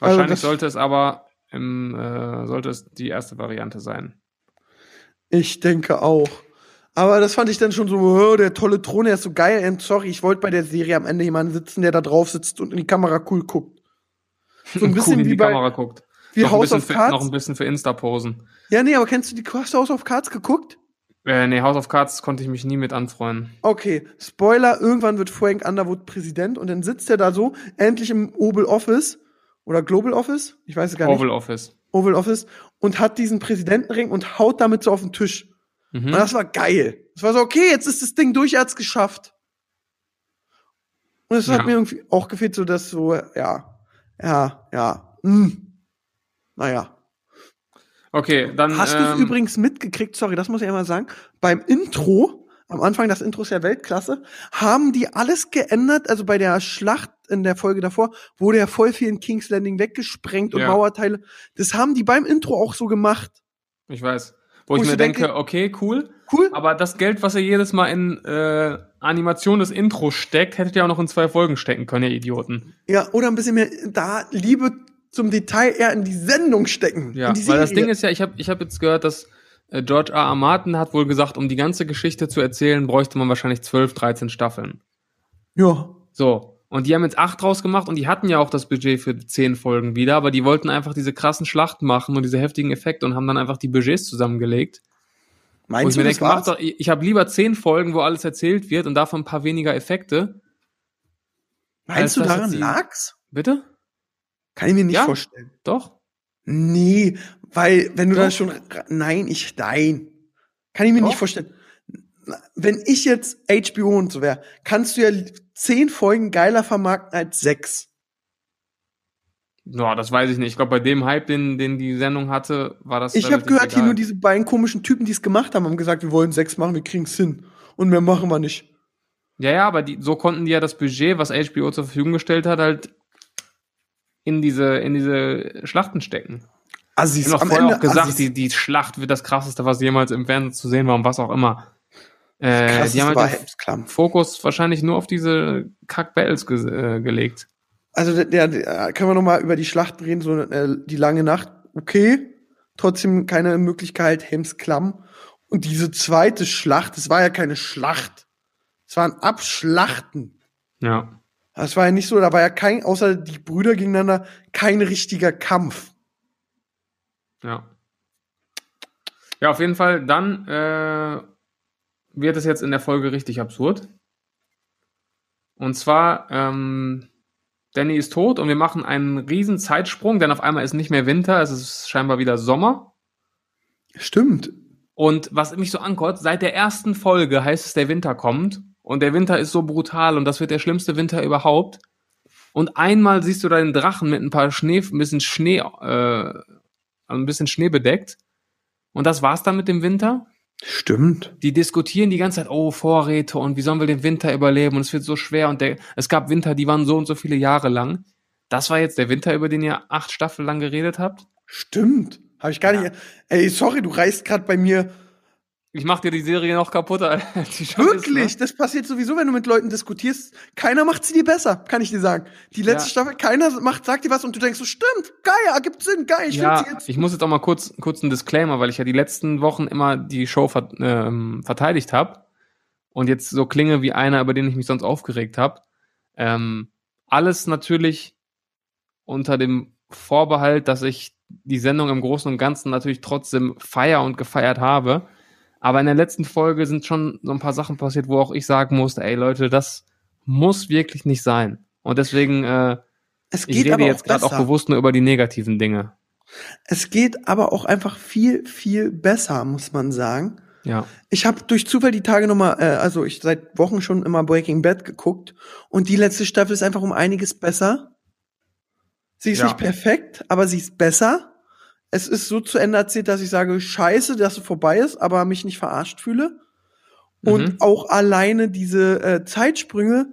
Speaker 2: Also
Speaker 3: Wahrscheinlich
Speaker 2: das-
Speaker 3: sollte es aber im, äh, sollte es die erste Variante sein.
Speaker 2: Ich denke auch. Aber das fand ich dann schon so, oh, der tolle Thron, der ist so geil. Und sorry, ich wollte bei der Serie am Ende jemanden sitzen, der da drauf sitzt und in die Kamera cool
Speaker 3: [laughs]
Speaker 2: guckt. So ein bisschen
Speaker 3: Cool, in
Speaker 2: wie
Speaker 3: die
Speaker 2: bei
Speaker 3: Kamera guckt.
Speaker 2: wie
Speaker 3: noch, ein
Speaker 2: House
Speaker 3: bisschen
Speaker 2: of
Speaker 3: für,
Speaker 2: Cards.
Speaker 3: noch ein bisschen für Insta posen.
Speaker 2: ja, nee, aber kennst du die hast du House of Cards geguckt?
Speaker 3: Äh, nee, House of Cards konnte ich mich nie mit anfreuen.
Speaker 2: Okay, Spoiler, irgendwann wird Frank Underwood Präsident und dann sitzt er da so, endlich im Oval Office oder Global Office, ich weiß es gar
Speaker 3: Oval
Speaker 2: nicht,
Speaker 3: Office.
Speaker 2: Oval Office, und hat diesen Präsidentenring und haut damit so auf den Tisch.
Speaker 3: Mhm.
Speaker 2: Und das war geil. Das war so, okay, jetzt ist das Ding durch, er hat's geschafft. Und es
Speaker 3: Ja.
Speaker 2: hat mir irgendwie auch gefehlt, so dass so, ja, ja, ja. Hm. Naja.
Speaker 3: Okay, dann.
Speaker 2: Hast du
Speaker 3: ähm,
Speaker 2: es übrigens mitgekriegt, sorry, das muss ich einmal sagen, beim Intro, am Anfang, das Intro ist ja Weltklasse, haben die alles geändert, also bei der Schlacht in der Folge davor, wurde ja voll viel in King's Landing weggesprengt und
Speaker 3: Ja.
Speaker 2: Mauerteile. Das haben die beim Intro auch so gemacht.
Speaker 3: Ich weiß. Wo,
Speaker 2: Wo
Speaker 3: ich
Speaker 2: ich
Speaker 3: mir
Speaker 2: so denke-
Speaker 3: denke, okay, cool.
Speaker 2: Cool?
Speaker 3: Aber das Geld, was ihr jedes Mal in äh, Animation des Intros steckt, hättet ihr auch noch in zwei Folgen stecken können, ihr Idioten.
Speaker 2: Ja, oder ein bisschen mehr da Liebe zum Detail eher in die Sendung stecken.
Speaker 3: Ja,
Speaker 2: in die
Speaker 3: weil das
Speaker 2: Serie.
Speaker 3: Ding ist ja, ich habe ich hab jetzt gehört, dass äh, George R. R. Martin hat wohl gesagt, um die ganze Geschichte zu erzählen, bräuchte man wahrscheinlich 12, 13 Staffeln.
Speaker 2: Ja.
Speaker 3: So. Und die haben jetzt acht draus gemacht und die hatten ja auch das Budget für zehn Folgen wieder, aber die wollten einfach diese krassen Schlachten machen und diese heftigen Effekte und haben dann einfach die Budgets zusammengelegt. Und ich
Speaker 2: Meinst
Speaker 3: mir
Speaker 2: du,
Speaker 3: denke,
Speaker 2: das
Speaker 3: mach
Speaker 2: war's?
Speaker 3: doch, ich habe lieber zehn Folgen, wo alles erzählt wird und davon ein paar weniger Effekte. als
Speaker 2: Meinst du,
Speaker 3: das
Speaker 2: daran
Speaker 3: jetzt die-
Speaker 2: lag's?
Speaker 3: Bitte?
Speaker 2: Kann ich mir nicht
Speaker 3: Ja.
Speaker 2: vorstellen.
Speaker 3: Doch?
Speaker 2: Nee, weil wenn du
Speaker 3: Doch.
Speaker 2: da schon ra- nein, ich nein. Kann ich mir
Speaker 3: Doch.
Speaker 2: nicht vorstellen. Na, Wenn ich jetzt HBO und so wäre, kannst du ja li- zehn Folgen geiler vermarkten als sechs.
Speaker 3: Ja, das weiß ich nicht. Ich glaube, bei dem Hype, den, den die Sendung hatte, war das.
Speaker 2: Ich habe
Speaker 3: relativ
Speaker 2: gehört, hier
Speaker 3: egal.
Speaker 2: nur diese beiden komischen Typen, die es gemacht haben, haben gesagt, wir wollen sechs machen, wir kriegen's hin. Und mehr machen wir nicht.
Speaker 3: Ja, ja, aber die, so konnten die ja das Budget, was HBO zur Verfügung gestellt hat, halt in diese, in diese Schlachten stecken.
Speaker 2: Assis.
Speaker 3: Ich habe
Speaker 2: Am
Speaker 3: vorher
Speaker 2: Ende also
Speaker 3: auch gesagt,
Speaker 2: Assis.
Speaker 3: die, die Schlacht wird das krasseste, was jemals im Fernsehen zu sehen war und was auch immer. Äh,
Speaker 2: Krass,
Speaker 3: die haben
Speaker 2: das war
Speaker 3: halt den
Speaker 2: Hetzklamm.
Speaker 3: Fokus wahrscheinlich nur auf diese Kack-Battles ge äh, gelegt.
Speaker 2: Also der, der, der können wir noch mal über die Schlacht reden, so äh, die lange Nacht. Okay, trotzdem keine Möglichkeit Hemsklamm und diese zweite Schlacht, es war ja keine Schlacht. Es waren Abschlachten.
Speaker 3: Ja.
Speaker 2: Das war ja nicht so, da war ja kein außer die Brüder gegeneinander kein richtiger Kampf.
Speaker 3: Ja. Ja, auf jeden Fall, dann äh, wird es jetzt in der Folge richtig absurd. Und zwar, ähm, Danny ist tot und wir machen einen riesen Zeitsprung, denn auf einmal ist nicht mehr Winter, es ist scheinbar wieder Sommer.
Speaker 2: Stimmt.
Speaker 3: Und was mich so ankotzt, seit der ersten Folge heißt es, der Winter kommt. Und der Winter ist so brutal und das wird der schlimmste Winter überhaupt. Und einmal siehst du da den Drachen mit ein paar Schnee, ein bisschen Schnee, äh, ein bisschen Schnee bedeckt. Und das war's dann mit dem Winter.
Speaker 2: Stimmt.
Speaker 3: Die diskutieren die ganze Zeit, oh, Vorräte und wie sollen wir den Winter überleben und es wird so schwer und der, es gab Winter, die waren so und so viele Jahre lang. Das war jetzt der Winter, über den ihr acht Staffeln lang geredet habt.
Speaker 2: Stimmt. Habe ich gar nicht. Ey, sorry, du reißt gerade bei mir.
Speaker 3: Ich mach dir die Serie noch kaputt. [laughs] als die schon ist, ne?
Speaker 2: Wirklich, das passiert sowieso, wenn du mit Leuten diskutierst. Keiner macht sie dir besser, kann ich dir sagen. Die letzte
Speaker 3: Ja.
Speaker 2: Staffel, keiner macht, sagt dir was und du denkst so, stimmt, geil, ergibt Sinn, geil, ich
Speaker 3: ja,
Speaker 2: will's jetzt.
Speaker 3: ich muss jetzt auch mal kurz, kurz einen Disclaimer, weil ich ja die letzten Wochen immer die Show ver ähm, verteidigt habe und jetzt so klinge wie einer, über den ich mich sonst aufgeregt habe. Ähm, alles natürlich unter dem Vorbehalt, dass ich die Sendung im Großen und Ganzen natürlich trotzdem feier und gefeiert habe. Aber in der letzten Folge sind schon so ein paar Sachen passiert, wo auch ich sagen musste, ey Leute, das muss wirklich nicht sein. Und deswegen, äh,
Speaker 2: Es
Speaker 3: ich
Speaker 2: geht
Speaker 3: rede
Speaker 2: aber
Speaker 3: jetzt
Speaker 2: auch
Speaker 3: gerade
Speaker 2: besser.
Speaker 3: auch bewusst nur über die negativen Dinge.
Speaker 2: es geht aber auch einfach viel, viel besser, muss man sagen.
Speaker 3: Ja.
Speaker 2: Ich habe durch Zufall die Tage nochmal, äh, also ich seit Wochen schon immer Breaking Bad geguckt und die letzte Staffel ist einfach um einiges besser. Sie ist
Speaker 3: Ja.
Speaker 2: nicht perfekt, aber sie ist besser. Es ist so zu Ende erzählt, dass ich sage, scheiße, dass es vorbei ist, aber mich nicht verarscht fühle. Und
Speaker 3: Mhm.
Speaker 2: auch alleine diese äh, Zeitsprünge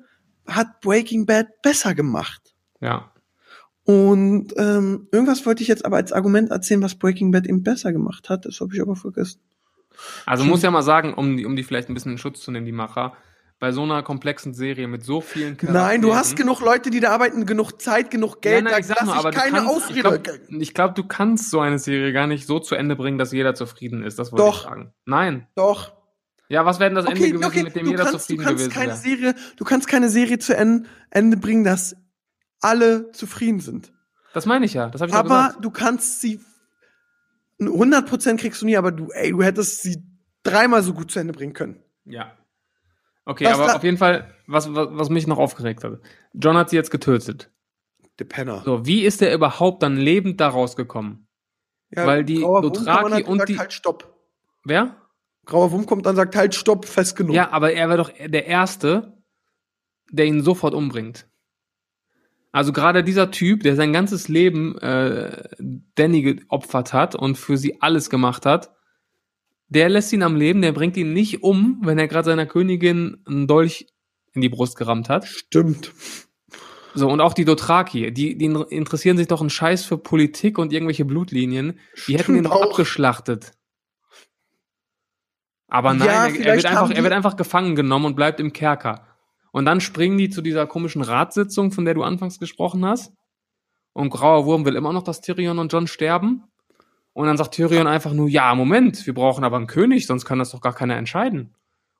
Speaker 2: hat Breaking Bad besser gemacht.
Speaker 3: Ja,
Speaker 2: Und ähm, irgendwas wollte ich jetzt aber als Argument erzählen, was Breaking Bad eben besser gemacht hat. Das habe ich aber vergessen.
Speaker 3: also
Speaker 2: Hm.
Speaker 3: muss ja mal sagen, um die, um die vielleicht ein bisschen in Schutz zu nehmen, die Macher, bei so einer komplexen Serie mit so vielen Charakteren.
Speaker 2: Nein, du hast genug Leute, die da arbeiten, genug Zeit, genug Geld.
Speaker 3: Mhm. Nein, nein, ich
Speaker 2: da
Speaker 3: sag nur,
Speaker 2: lass
Speaker 3: aber
Speaker 2: ich
Speaker 3: du
Speaker 2: keine
Speaker 3: kannst,
Speaker 2: Ausrede.
Speaker 3: Ich glaube, glaub, du kannst so eine Serie gar nicht so zu Ende bringen, dass jeder zufrieden ist. Das wollte
Speaker 2: Doch.
Speaker 3: ich sagen. Nein.
Speaker 2: Doch.
Speaker 3: Ja, was wäre denn das Ende
Speaker 2: Okay,
Speaker 3: gewesen,
Speaker 2: okay.
Speaker 3: mit dem
Speaker 2: Du
Speaker 3: jeder
Speaker 2: kannst, du
Speaker 3: zufrieden
Speaker 2: kannst
Speaker 3: gewesen
Speaker 2: keine
Speaker 3: wäre?
Speaker 2: Serie, du kannst keine Serie zu en- Ende bringen, dass alle zufrieden sind.
Speaker 3: Das meine ich ja. Das habe ich doch
Speaker 2: Aber
Speaker 3: gesagt.
Speaker 2: du kannst sie 100% kriegst du nie, aber du, ey, du hättest sie dreimal so gut zu Ende bringen können.
Speaker 3: Ja. Okay,
Speaker 2: Das
Speaker 3: aber
Speaker 2: la-
Speaker 3: auf jeden Fall, was, was, was mich noch aufgeregt hat. John hat sie jetzt getötet.
Speaker 2: Der Penner.
Speaker 3: So, wie ist er überhaupt dann lebend da rausgekommen?
Speaker 2: Ja,
Speaker 3: weil die
Speaker 2: Grauer
Speaker 3: Dothraki
Speaker 2: Wurm kam hat
Speaker 3: und
Speaker 2: gesagt,
Speaker 3: die-
Speaker 2: Halt, stopp.
Speaker 3: Wer?
Speaker 2: Grauer Wurm kommt dann sagt, halt, stopp, fest genug.
Speaker 3: Ja, aber er wäre doch der Erste, der ihn sofort umbringt. Also gerade dieser Typ, der sein ganzes Leben äh, Danny geopfert hat und für sie alles gemacht hat, der lässt ihn am Leben, der bringt ihn nicht um, wenn er gerade seiner Königin einen Dolch in die Brust gerammt hat.
Speaker 2: Stimmt.
Speaker 3: So, und auch die Dothraki, die, die interessieren sich doch einen Scheiß für Politik und irgendwelche Blutlinien. Die hätten ihn
Speaker 2: Stimmt
Speaker 3: doch
Speaker 2: auch.
Speaker 3: abgeschlachtet. Aber
Speaker 2: Ja,
Speaker 3: nein, er- er, wird
Speaker 2: vielleicht haben
Speaker 3: einfach, er
Speaker 2: die-
Speaker 3: wird einfach gefangen genommen und bleibt im Kerker. Und dann springen die zu dieser komischen Ratssitzung, von der du anfangs gesprochen hast. Und Grauer Wurm will immer noch, dass Tyrion und John sterben. Und dann sagt Tyrion einfach nur, ja, Moment, wir brauchen aber einen König, sonst kann das doch gar keiner entscheiden.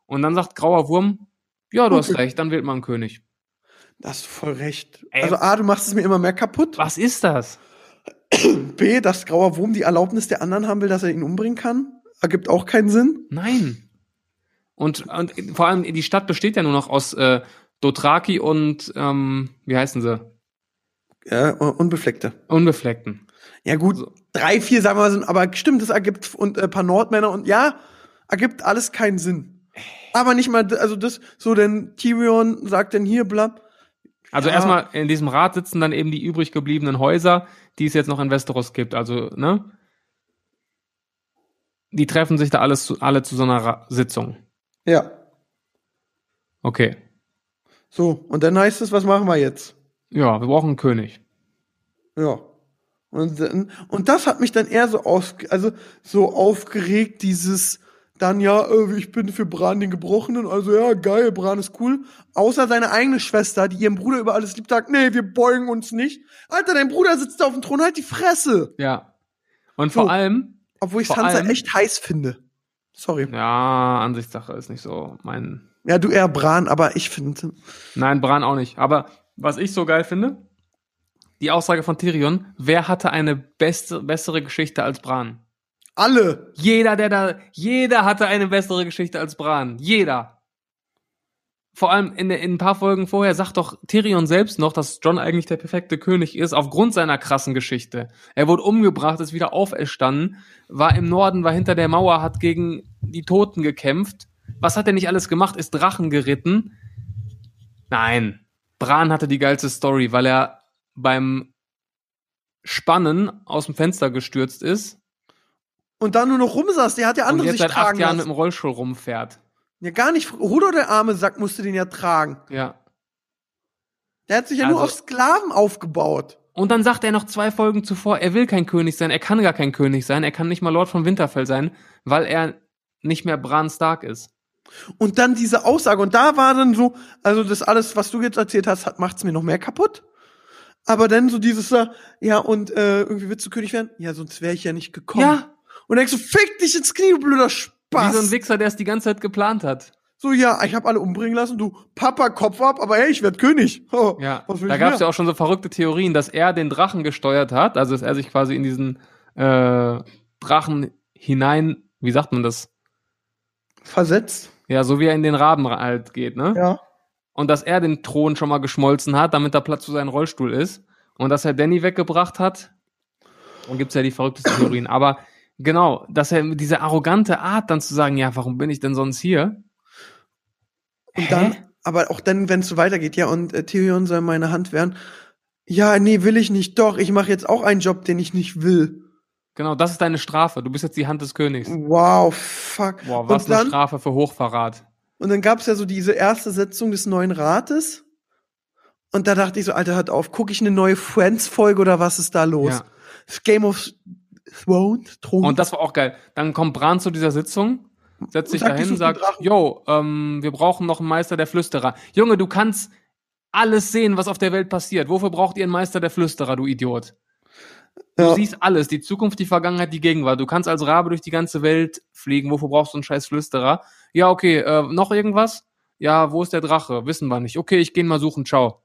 Speaker 3: Und dann sagt Grauer Wurm, ja, du hast recht, dann wählt man einen König.
Speaker 2: Da hast du voll recht.
Speaker 3: Ey.
Speaker 2: Also A, du machst es mir immer mehr kaputt.
Speaker 3: Was ist das?
Speaker 2: B, dass Grauer Wurm die Erlaubnis der anderen haben will, dass er ihn umbringen kann, ergibt auch keinen Sinn.
Speaker 3: Nein. Und, und vor allem, die Stadt besteht ja nur noch aus äh, Dothraki und, ähm, wie heißen sie?
Speaker 2: Ja, un- unbefleckte.
Speaker 3: Unbefleckten.
Speaker 2: Ja gut,
Speaker 3: So.
Speaker 2: drei, vier sagen wir mal, sind, aber stimmt, das ergibt und äh, paar Nordmänner und ja, ergibt alles keinen Sinn. Aber nicht mal, d- also das, so denn Tyrion sagt denn hier, bla.
Speaker 3: Also
Speaker 2: Ja.
Speaker 3: erstmal in diesem Rat sitzen dann eben die übrig gebliebenen Häuser, die es jetzt noch in Westeros gibt. Also, ne? Die treffen sich da alles zu, alle zu so einer Ra Sitzung.
Speaker 2: Ja,
Speaker 3: Okay.
Speaker 2: so. Und dann heißt es, was machen wir jetzt?
Speaker 3: Ja, wir brauchen einen König.
Speaker 2: Ja. Und, dann- und das hat mich dann eher so, aus, also so aufgeregt, dieses dann ja, äh, ich bin für Bran den Gebrochenen, also ja, geil, Bran ist cool. Außer seine eigene Schwester, die ihren Bruder über alles liebt, sagt, nee, wir beugen uns nicht. Alter, dein Bruder sitzt da auf dem Thron, halt die Fresse.
Speaker 3: Ja. Und vor
Speaker 2: So.
Speaker 3: allem,
Speaker 2: Obwohl ich
Speaker 3: Vor
Speaker 2: Sansa
Speaker 3: allem-
Speaker 2: echt heiß finde. Sorry.
Speaker 3: ja, Ansichtssache ist nicht so mein.
Speaker 2: Ja, du eher Bran, aber ich finde.
Speaker 3: Nein, Bran auch nicht. Aber was ich so geil finde, die Aussage von Tyrion, wer hatte eine beste, bessere Geschichte als Bran?
Speaker 2: Alle.
Speaker 3: Jeder, der da, jeder hatte eine bessere Geschichte als Bran. Jeder. Vor allem in, in ein paar Folgen vorher sagt doch Tyrion selbst noch, dass John eigentlich der perfekte König ist, aufgrund seiner krassen Geschichte. Er wurde umgebracht, ist wieder auferstanden, war im Norden, war hinter der Mauer, hat gegen die Toten gekämpft. Was hat er nicht alles gemacht? Ist Drachen geritten? Nein. Bran hatte die geilste Story, weil er beim Spannen aus dem Fenster gestürzt ist
Speaker 2: Und dann nur noch rumsaß, der hat ja andere
Speaker 3: und jetzt
Speaker 2: sich
Speaker 3: seit acht
Speaker 2: tragen
Speaker 3: Jahren mit dem
Speaker 2: lassen.
Speaker 3: Rollstuhl rumfährt.
Speaker 2: Ja, gar nicht. Rudolf der arme Sack musste den ja tragen.
Speaker 3: Ja.
Speaker 2: Der hat sich ja nur
Speaker 3: Also-
Speaker 2: auf Sklaven aufgebaut.
Speaker 3: Und dann sagt er noch zwei Folgen zuvor, er will kein König sein, er kann gar kein König sein, er kann nicht mal Lord von Winterfell sein, weil er nicht mehr Bran Stark ist.
Speaker 2: Und dann diese Aussage. Und da war dann so, also das alles, was du jetzt erzählt hast, hat, macht's mir noch mehr kaputt. Aber dann so dieses, äh, ja, und äh, irgendwie willst du König werden? Ja, sonst wäre ich ja nicht gekommen.
Speaker 3: Ja.
Speaker 2: Und denkst du, fick dich ins Knie, du blöder Spaß.
Speaker 3: Wie so ein Wichser, der es die ganze Zeit geplant hat.
Speaker 2: So, ja, ich habe alle umbringen lassen, du Papa Kopf ab, aber hey, ich werd König. Oh,
Speaker 3: Ja.
Speaker 2: was will
Speaker 3: Da
Speaker 2: ich
Speaker 3: gab es
Speaker 2: mehr?
Speaker 3: ja auch schon so verrückte Theorien, dass er den Drachen gesteuert hat, also dass er sich quasi in diesen äh, Drachen hinein, wie sagt man das?
Speaker 2: versetzt.
Speaker 3: Ja, so wie er in den Raben halt geht, ne?
Speaker 2: Ja.
Speaker 3: und dass er den Thron schon mal geschmolzen hat, damit da Platz für seinen Rollstuhl ist und dass er Danny weggebracht hat. Dann gibt's ja die verrücktesten Theorien. Aber genau, dass er mit dieser arrogante Art dann zu sagen, ja, warum bin ich denn sonst hier?
Speaker 2: Und dann, aber auch dann, wenn es so weitergeht, ja, und äh, Tyrion soll meine Hand werden. Ja, nee, will ich nicht. Doch, ich mache jetzt auch einen Job, den ich nicht will.
Speaker 3: Genau, das ist deine Strafe. Du bist jetzt die Hand des Königs.
Speaker 2: Wow, fuck.
Speaker 3: Boah, was
Speaker 2: und,
Speaker 3: eine
Speaker 2: dann,
Speaker 3: Strafe für Hochverrat.
Speaker 2: und dann gab's ja so diese erste Setzung des neuen Rates. Und da dachte ich so, Alter, hört auf, gucke ich eine neue Friends-Folge oder was ist da los?
Speaker 3: Ja.
Speaker 2: Game of Thrones, Thron.
Speaker 3: Und das war auch geil. Dann kommt Bran zu dieser Sitzung, setzt sich
Speaker 2: sagt, die
Speaker 3: dahin
Speaker 2: suchen
Speaker 3: sagt,
Speaker 2: Drachen.
Speaker 3: yo, ähm, wir brauchen noch einen Meister der Flüsterer. Junge, du kannst alles sehen, was auf der Welt passiert. Wofür braucht ihr einen Meister der Flüsterer, du Idiot? Du
Speaker 2: ja.
Speaker 3: siehst alles, die Zukunft, die Vergangenheit, die Gegenwart. Du kannst als Rabe durch die ganze Welt fliegen. Wofür brauchst du einen scheiß Flüsterer? Ja, okay, äh, noch irgendwas? Ja, wo ist der Drache? Wissen wir nicht. Okay, ich gehe ihn mal suchen. Ciao.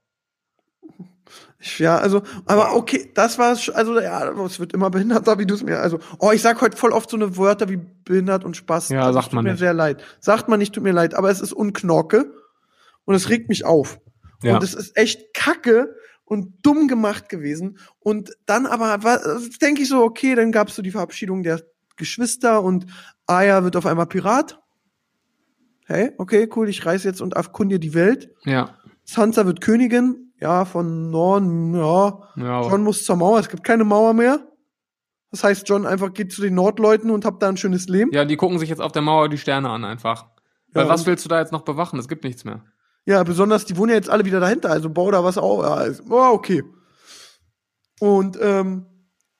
Speaker 2: Ja, also, aber okay, das war sch- also ja, es wird immer behinderter, wie du es mir. Also, oh, ich sag heute voll oft so eine Wörter wie behindert und Spaß.
Speaker 3: Ja,
Speaker 2: also,
Speaker 3: sagt
Speaker 2: es tut
Speaker 3: man
Speaker 2: mir
Speaker 3: nicht.
Speaker 2: sehr leid. Sagt man nicht, tut mir leid, aber es ist unknorke und es regt mich auf.
Speaker 3: Ja.
Speaker 2: Und es ist echt kacke und dumm gemacht gewesen und dann aber war- denke ich so, okay, dann gab's so die Verabschiedung der Geschwister und Aya wird auf einmal Pirat. Hey, okay, cool, ich reise jetzt und erkunde die Welt.
Speaker 3: Ja.
Speaker 2: Sansa wird Königin. Ja, von Norden, ja.
Speaker 3: ja aber-
Speaker 2: John muss zur Mauer, es gibt keine Mauer mehr. Das heißt, John einfach geht zu den Nordleuten und habt da ein schönes Leben.
Speaker 3: ja, die gucken sich jetzt auf der Mauer die Sterne an einfach. Weil
Speaker 2: Ja,
Speaker 3: was
Speaker 2: und-
Speaker 3: willst du da jetzt noch bewachen? Es gibt nichts mehr.
Speaker 2: Ja, besonders, die wohnen ja jetzt alle wieder dahinter, also bau da was auf. Ja, ist, oh, okay. Und ähm,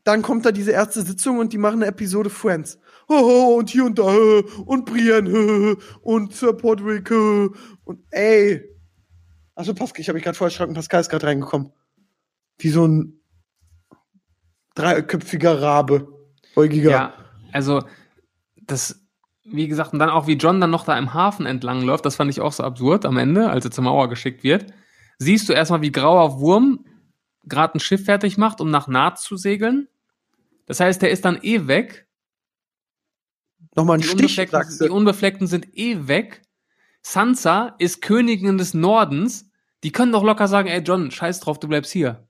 Speaker 2: dann kommt da diese erste Sitzung und die machen eine Episode Friends. Hoho, und hier und da, äh, und Brienne, äh, und Sir Podrick, äh, und ey. Achso, Pascal, ich habe mich gerade vorgeschlagen, Pascal ist gerade reingekommen. Wie so ein dreiköpfiger Rabe, äugiger.
Speaker 3: Ja. Also, das, wie gesagt, und dann auch wie John dann noch da im Hafen entlang läuft, das fand ich auch so absurd am Ende, als er zur Mauer geschickt wird. Siehst du erstmal, wie grauer Wurm gerade ein Schiff fertig macht, um nach Naht zu segeln. Das heißt, der ist dann eh weg.
Speaker 2: Nochmal ein
Speaker 3: Die
Speaker 2: Stich,
Speaker 3: Unbefleckten,
Speaker 2: sagst
Speaker 3: die
Speaker 2: du.
Speaker 3: Unbefleckten sind eh weg. Sansa ist Königin des Nordens. Die können doch locker sagen, ey John, scheiß drauf, du bleibst hier.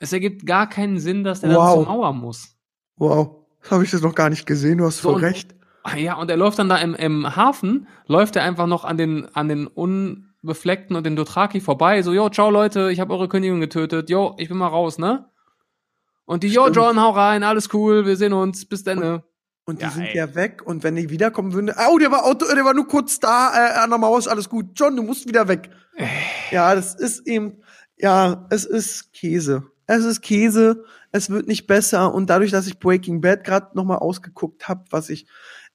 Speaker 3: Es ergibt gar keinen Sinn, dass der
Speaker 2: Wow.
Speaker 3: dann zur Mauer muss.
Speaker 2: Wow, das habe ich jetzt noch gar nicht gesehen, du hast
Speaker 3: So,
Speaker 2: voll
Speaker 3: und-
Speaker 2: recht.
Speaker 3: Ah Ja, und er läuft dann da im, im Hafen, läuft er einfach noch an den, an den Unbefleckten und den Dothraki vorbei, so, yo, ciao Leute, ich habe eure Königin getötet, yo, ich bin mal raus, ne? Und die, yo,
Speaker 2: Stimmt.
Speaker 3: John, hau rein, alles cool, wir sehen uns, bis dann. ne?
Speaker 2: Und die
Speaker 3: Ja,
Speaker 2: sind
Speaker 3: ey.
Speaker 2: ja weg und wenn die wiederkommen würden, au, der war Auto, der war nur kurz da, äh, an der Mauer ist alles gut. John, du musst wieder weg. ja, das ist eben, ja, es ist Käse. es ist Käse, es wird nicht besser und dadurch, dass ich Breaking Bad gerade nochmal ausgeguckt habe, was ich,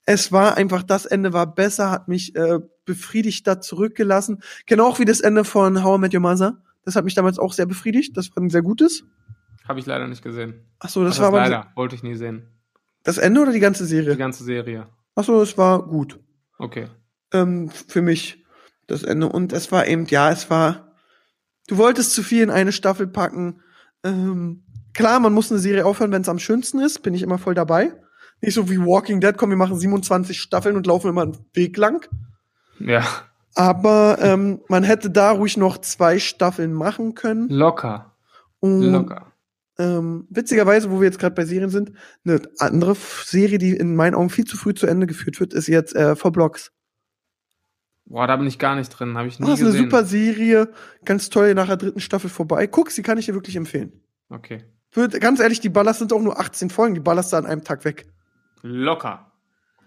Speaker 2: es war einfach, das Ende war besser, hat mich äh, befriedigt da zurückgelassen. Genau auch wie das Ende von How I Met Your Mother. Das hat mich damals auch sehr befriedigt, das war ein sehr gutes.
Speaker 3: Habe ich leider nicht gesehen.
Speaker 2: Ach so, das
Speaker 3: Was heißt
Speaker 2: war aber
Speaker 3: leider. Wollte ich nie sehen.
Speaker 2: das Ende oder die ganze
Speaker 3: Die
Speaker 2: Serie?
Speaker 3: ganze Serie.
Speaker 2: Ach so, es war gut.
Speaker 3: Okay.
Speaker 2: ähm, f- für mich das Ende. Und es war eben, ja, es war, du wolltest zu viel in eine Staffel packen. Ähm, klar, man muss eine Serie aufhören, wenn es am schönsten ist, bin ich immer voll dabei. Nicht so wie Walking Dead, komm, wir machen 27 Staffeln und laufen immer einen Weg lang.
Speaker 3: Ja.
Speaker 2: Aber ähm, man hätte da ruhig noch zwei Staffeln machen können.
Speaker 3: Locker.
Speaker 2: Und
Speaker 3: Locker.
Speaker 2: ähm, witzigerweise, wo wir jetzt gerade bei Serien sind, eine andere F- Serie, die in meinen Augen viel zu früh zu Ende geführt wird, ist jetzt äh, For Blocks.
Speaker 3: Boah, da bin ich gar nicht drin. Habe ich nie
Speaker 2: Das ist eine
Speaker 3: gesehen.
Speaker 2: super Serie, ganz toll nach der dritten Staffel vorbei. Guck, sie kann ich dir wirklich empfehlen.
Speaker 3: Okay.
Speaker 2: Wird, ganz ehrlich, die Ballast sind auch nur 18 Folgen, die Ballast da an einem Tag weg.
Speaker 3: Locker.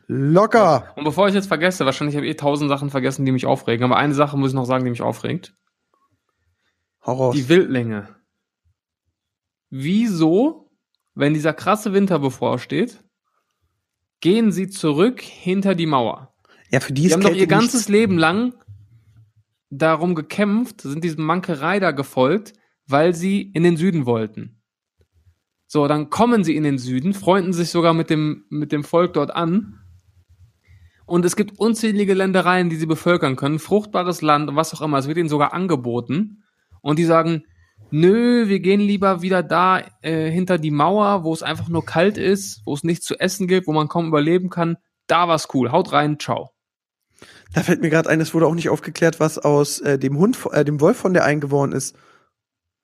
Speaker 2: Locker.
Speaker 3: Und bevor ich jetzt vergesse, wahrscheinlich habe ich eh tausend Sachen vergessen, die mich aufregen, aber eine Sache muss ich noch sagen, die mich aufregt.
Speaker 2: Hau raus.
Speaker 3: Die Wildlinge. Wieso, wenn dieser krasse Winter bevorsteht, gehen sie zurück hinter die Mauer?
Speaker 2: ja, für die
Speaker 3: Die haben doch
Speaker 2: Kälte
Speaker 3: ihr ganzes
Speaker 2: nichts.
Speaker 3: Leben lang darum gekämpft, sind diesem Mankerei da gefolgt, weil sie in den Süden wollten. So, dann kommen sie in den Süden, freunden sich sogar mit dem, mit dem Volk dort an. Und es gibt unzählige Ländereien, die sie bevölkern können, fruchtbares Land und was auch immer. Es wird ihnen sogar angeboten. Und die sagen, nö, wir gehen lieber wieder da äh, hinter die Mauer, wo es einfach nur kalt ist, wo es nichts zu essen gibt, wo man kaum überleben kann. Da war's cool. Haut rein, ciao.
Speaker 2: Da fällt mir gerade ein, es wurde auch nicht aufgeklärt, was aus äh, dem Hund, von- äh, dem Wolf von der eingeworden ist.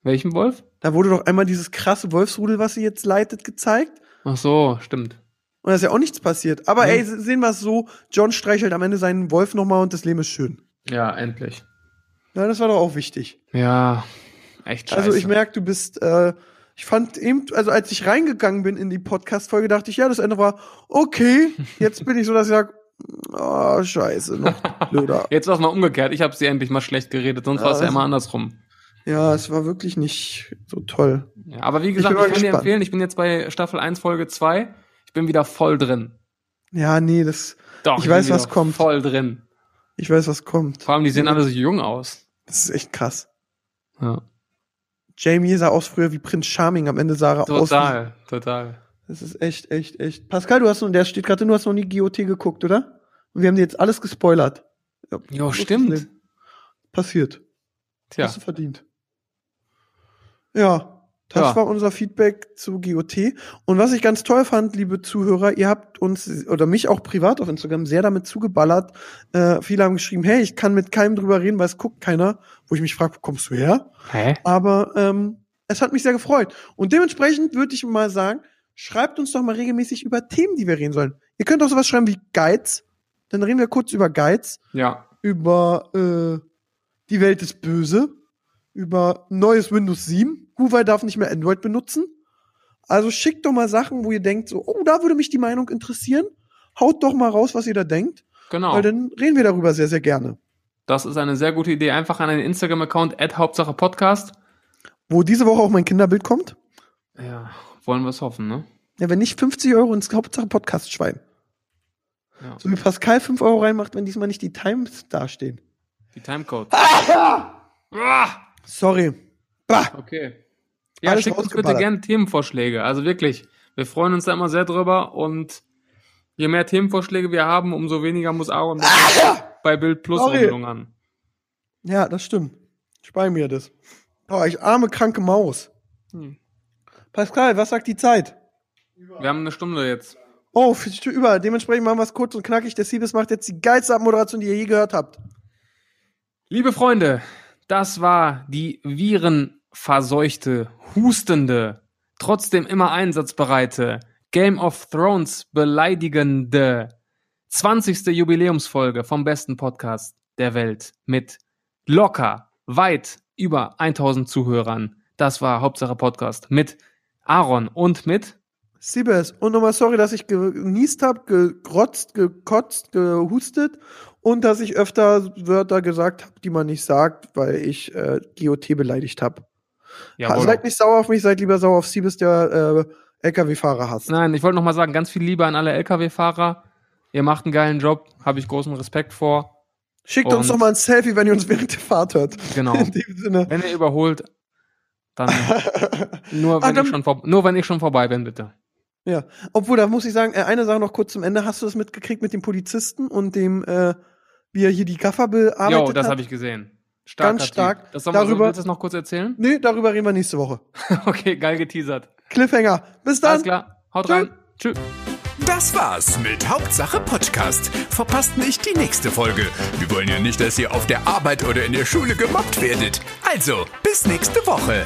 Speaker 3: Welchen Wolf?
Speaker 2: Da wurde doch einmal dieses krasse Wolfsrudel, was sie jetzt leitet, gezeigt.
Speaker 3: Ach so, stimmt.
Speaker 2: Und da ist ja auch nichts passiert. Aber
Speaker 3: Mhm.
Speaker 2: ey, se- sehen wir es so, John streichelt am Ende seinen Wolf nochmal und das Leben ist schön.
Speaker 3: Ja, endlich.
Speaker 2: Ja, das war doch auch wichtig.
Speaker 3: Ja, echt scheiße.
Speaker 2: Also ich merke, du bist, äh, ich fand eben, also als ich reingegangen bin in die Podcast-Folge, dachte ich, ja, das Ende war, okay, jetzt bin ich so, dass ich sage, oh, scheiße,
Speaker 3: [laughs]
Speaker 2: noch blöder.
Speaker 3: Jetzt war es mal umgekehrt. Ich habe sie endlich mal schlecht geredet, sonst war es ja
Speaker 2: Ja. also
Speaker 3: immer andersrum.
Speaker 2: Ja, es war wirklich nicht so toll.
Speaker 3: Ja, aber wie gesagt,
Speaker 2: bin
Speaker 3: ich,
Speaker 2: mal
Speaker 3: kann dir
Speaker 2: gespannt.
Speaker 3: empfehlen, ich bin jetzt bei Staffel 1, Folge 2. Ich bin wieder voll drin.
Speaker 2: Ja, nee, das,
Speaker 3: Doch,
Speaker 2: Ich weiß,
Speaker 3: bin
Speaker 2: was
Speaker 3: wieder
Speaker 2: kommt.
Speaker 3: Voll drin.
Speaker 2: ich weiß, was kommt.
Speaker 3: Vor allem, die sehen alle so jung aus.
Speaker 2: Das ist echt krass.
Speaker 3: Ja,
Speaker 2: Jamie sah aus früher wie Prinz Charming, am Ende Sarah aus. wie-
Speaker 3: total, total.
Speaker 2: Das ist echt, echt, echt. Pascal, du hast, noch- der steht gerade, drin, du hast noch nie GOT geguckt, oder? Und wir haben dir jetzt alles gespoilert. Ja,
Speaker 3: Jo,
Speaker 2: das ist
Speaker 3: Oh, stimmt.
Speaker 2: Leben. Passiert.
Speaker 3: Tja,
Speaker 2: Hast ne. du verdient. Ja, das
Speaker 3: Ja.
Speaker 2: war unser Feedback zu GOT. Und was ich ganz toll fand, liebe Zuhörer, ihr habt uns oder mich auch privat auf Instagram sehr damit zugeballert. Äh, viele haben geschrieben, hey, ich kann mit keinem drüber reden, weil es guckt keiner. Wo ich mich frage, wo kommst du her?
Speaker 3: hä?
Speaker 2: Aber ähm, es hat mich sehr gefreut. Und dementsprechend würde ich mal sagen, schreibt uns doch mal regelmäßig über Themen, die wir reden sollen. Ihr könnt auch sowas schreiben wie Geiz. Dann reden wir kurz über Geiz
Speaker 3: Ja,
Speaker 2: über äh, die Welt ist böse, über neues Windows 7. Huawei darf nicht mehr Android benutzen. Also schickt doch mal Sachen, wo ihr denkt, so, oh, da würde mich die Meinung interessieren. Haut doch mal raus, was ihr da denkt,
Speaker 3: genau.
Speaker 2: weil dann reden wir darüber sehr, sehr gerne.
Speaker 3: Das ist eine sehr gute Idee. Einfach an den Instagram-Account, Hauptsache Podcast.
Speaker 2: Wo diese Woche auch mein Kinderbild kommt.
Speaker 3: Ja, wollen wir es hoffen, ne?
Speaker 2: Ja, wenn nicht 50 Euro ins Hauptsache Podcast schreiben.
Speaker 3: Ja.
Speaker 2: So wie Pascal 5 Euro reinmacht, wenn diesmal nicht die Times dastehen. [laughs]
Speaker 3: Die Timecode. Ah!
Speaker 2: Sorry. Bah.
Speaker 3: Okay. Ja,
Speaker 2: Alles
Speaker 3: schickt uns bitte
Speaker 2: rausgeballert.
Speaker 3: gerne Themenvorschläge. Also wirklich, wir freuen uns da immer sehr drüber und je mehr Themenvorschläge wir haben, umso weniger muss Aaron bei Bild Plus
Speaker 2: Ah! Sorry.
Speaker 3: an.
Speaker 2: Ja, das stimmt. Ich spare mir das. Oh, ich arme, kranke Maus.
Speaker 3: Hm.
Speaker 2: Pascal, was sagt die Zeit?
Speaker 3: Wir haben eine Stunde jetzt.
Speaker 2: Oh, f- stu- über. Dementsprechend machen wir es kurz und knackig. Der Siebes macht jetzt die geilste Abmoderation, die ihr je gehört habt.
Speaker 3: Liebe Freunde, das war die virenverseuchte, hustende, trotzdem immer einsatzbereite, Game of Thrones beleidigende 20. Jubiläumsfolge vom besten Podcast der Welt mit locker weit über 1000 Zuhörern. Das war Hauptsache Podcast mit Aaron und mit
Speaker 2: Siebes. Und nochmal sorry, dass ich genießt habe, gegrotzt, gekotzt, gehustet und dass ich öfter Wörter gesagt habe, die man nicht sagt, weil ich äh, GOT beleidigt habe.
Speaker 3: Jawohl.
Speaker 2: Seid nicht sauer auf mich, seid lieber sauer auf Siebes, der äh, LKW-Fahrer hasst.
Speaker 3: Nein, ich wollte noch mal sagen, ganz viel Liebe an alle LKW-Fahrer. Ihr macht einen geilen Job, habe ich großen Respekt vor.
Speaker 2: Schickt uns
Speaker 3: Und-
Speaker 2: doch mal ein Selfie, wenn ihr uns während der Fahrt hört. [laughs]
Speaker 3: Genau.
Speaker 2: In dem Sinne.
Speaker 3: Wenn ihr überholt, dann nur
Speaker 2: Ah,
Speaker 3: wenn,
Speaker 2: dann-
Speaker 3: ich schon vor, nur wenn ich schon vorbei bin, bitte.
Speaker 2: Ja, [laughs] obwohl, da muss ich sagen, äh, eine Sache noch kurz zum Ende. Hast du das mitgekriegt mit dem Polizisten und dem, äh, wie er hier die Gaffer bearbeitet
Speaker 3: Jo, das
Speaker 2: hat?
Speaker 3: habe ich gesehen. Starker
Speaker 2: Ganz stark.
Speaker 3: Typ. Das soll man so,
Speaker 2: Darüber-
Speaker 3: willst du das noch kurz erzählen? [laughs]
Speaker 2: Nö, darüber reden wir nächste Woche.
Speaker 3: okay, geil geteasert.
Speaker 2: Cliffhanger. Bis dann.
Speaker 3: Alles klar. Haut
Speaker 2: Tschö.
Speaker 3: rein. Tschüss.
Speaker 1: Das war's mit Hauptsache Podcast. Verpasst nicht die nächste Folge. Wir wollen ja nicht, dass ihr auf der Arbeit oder in der Schule gemobbt werdet. Also, bis nächste Woche.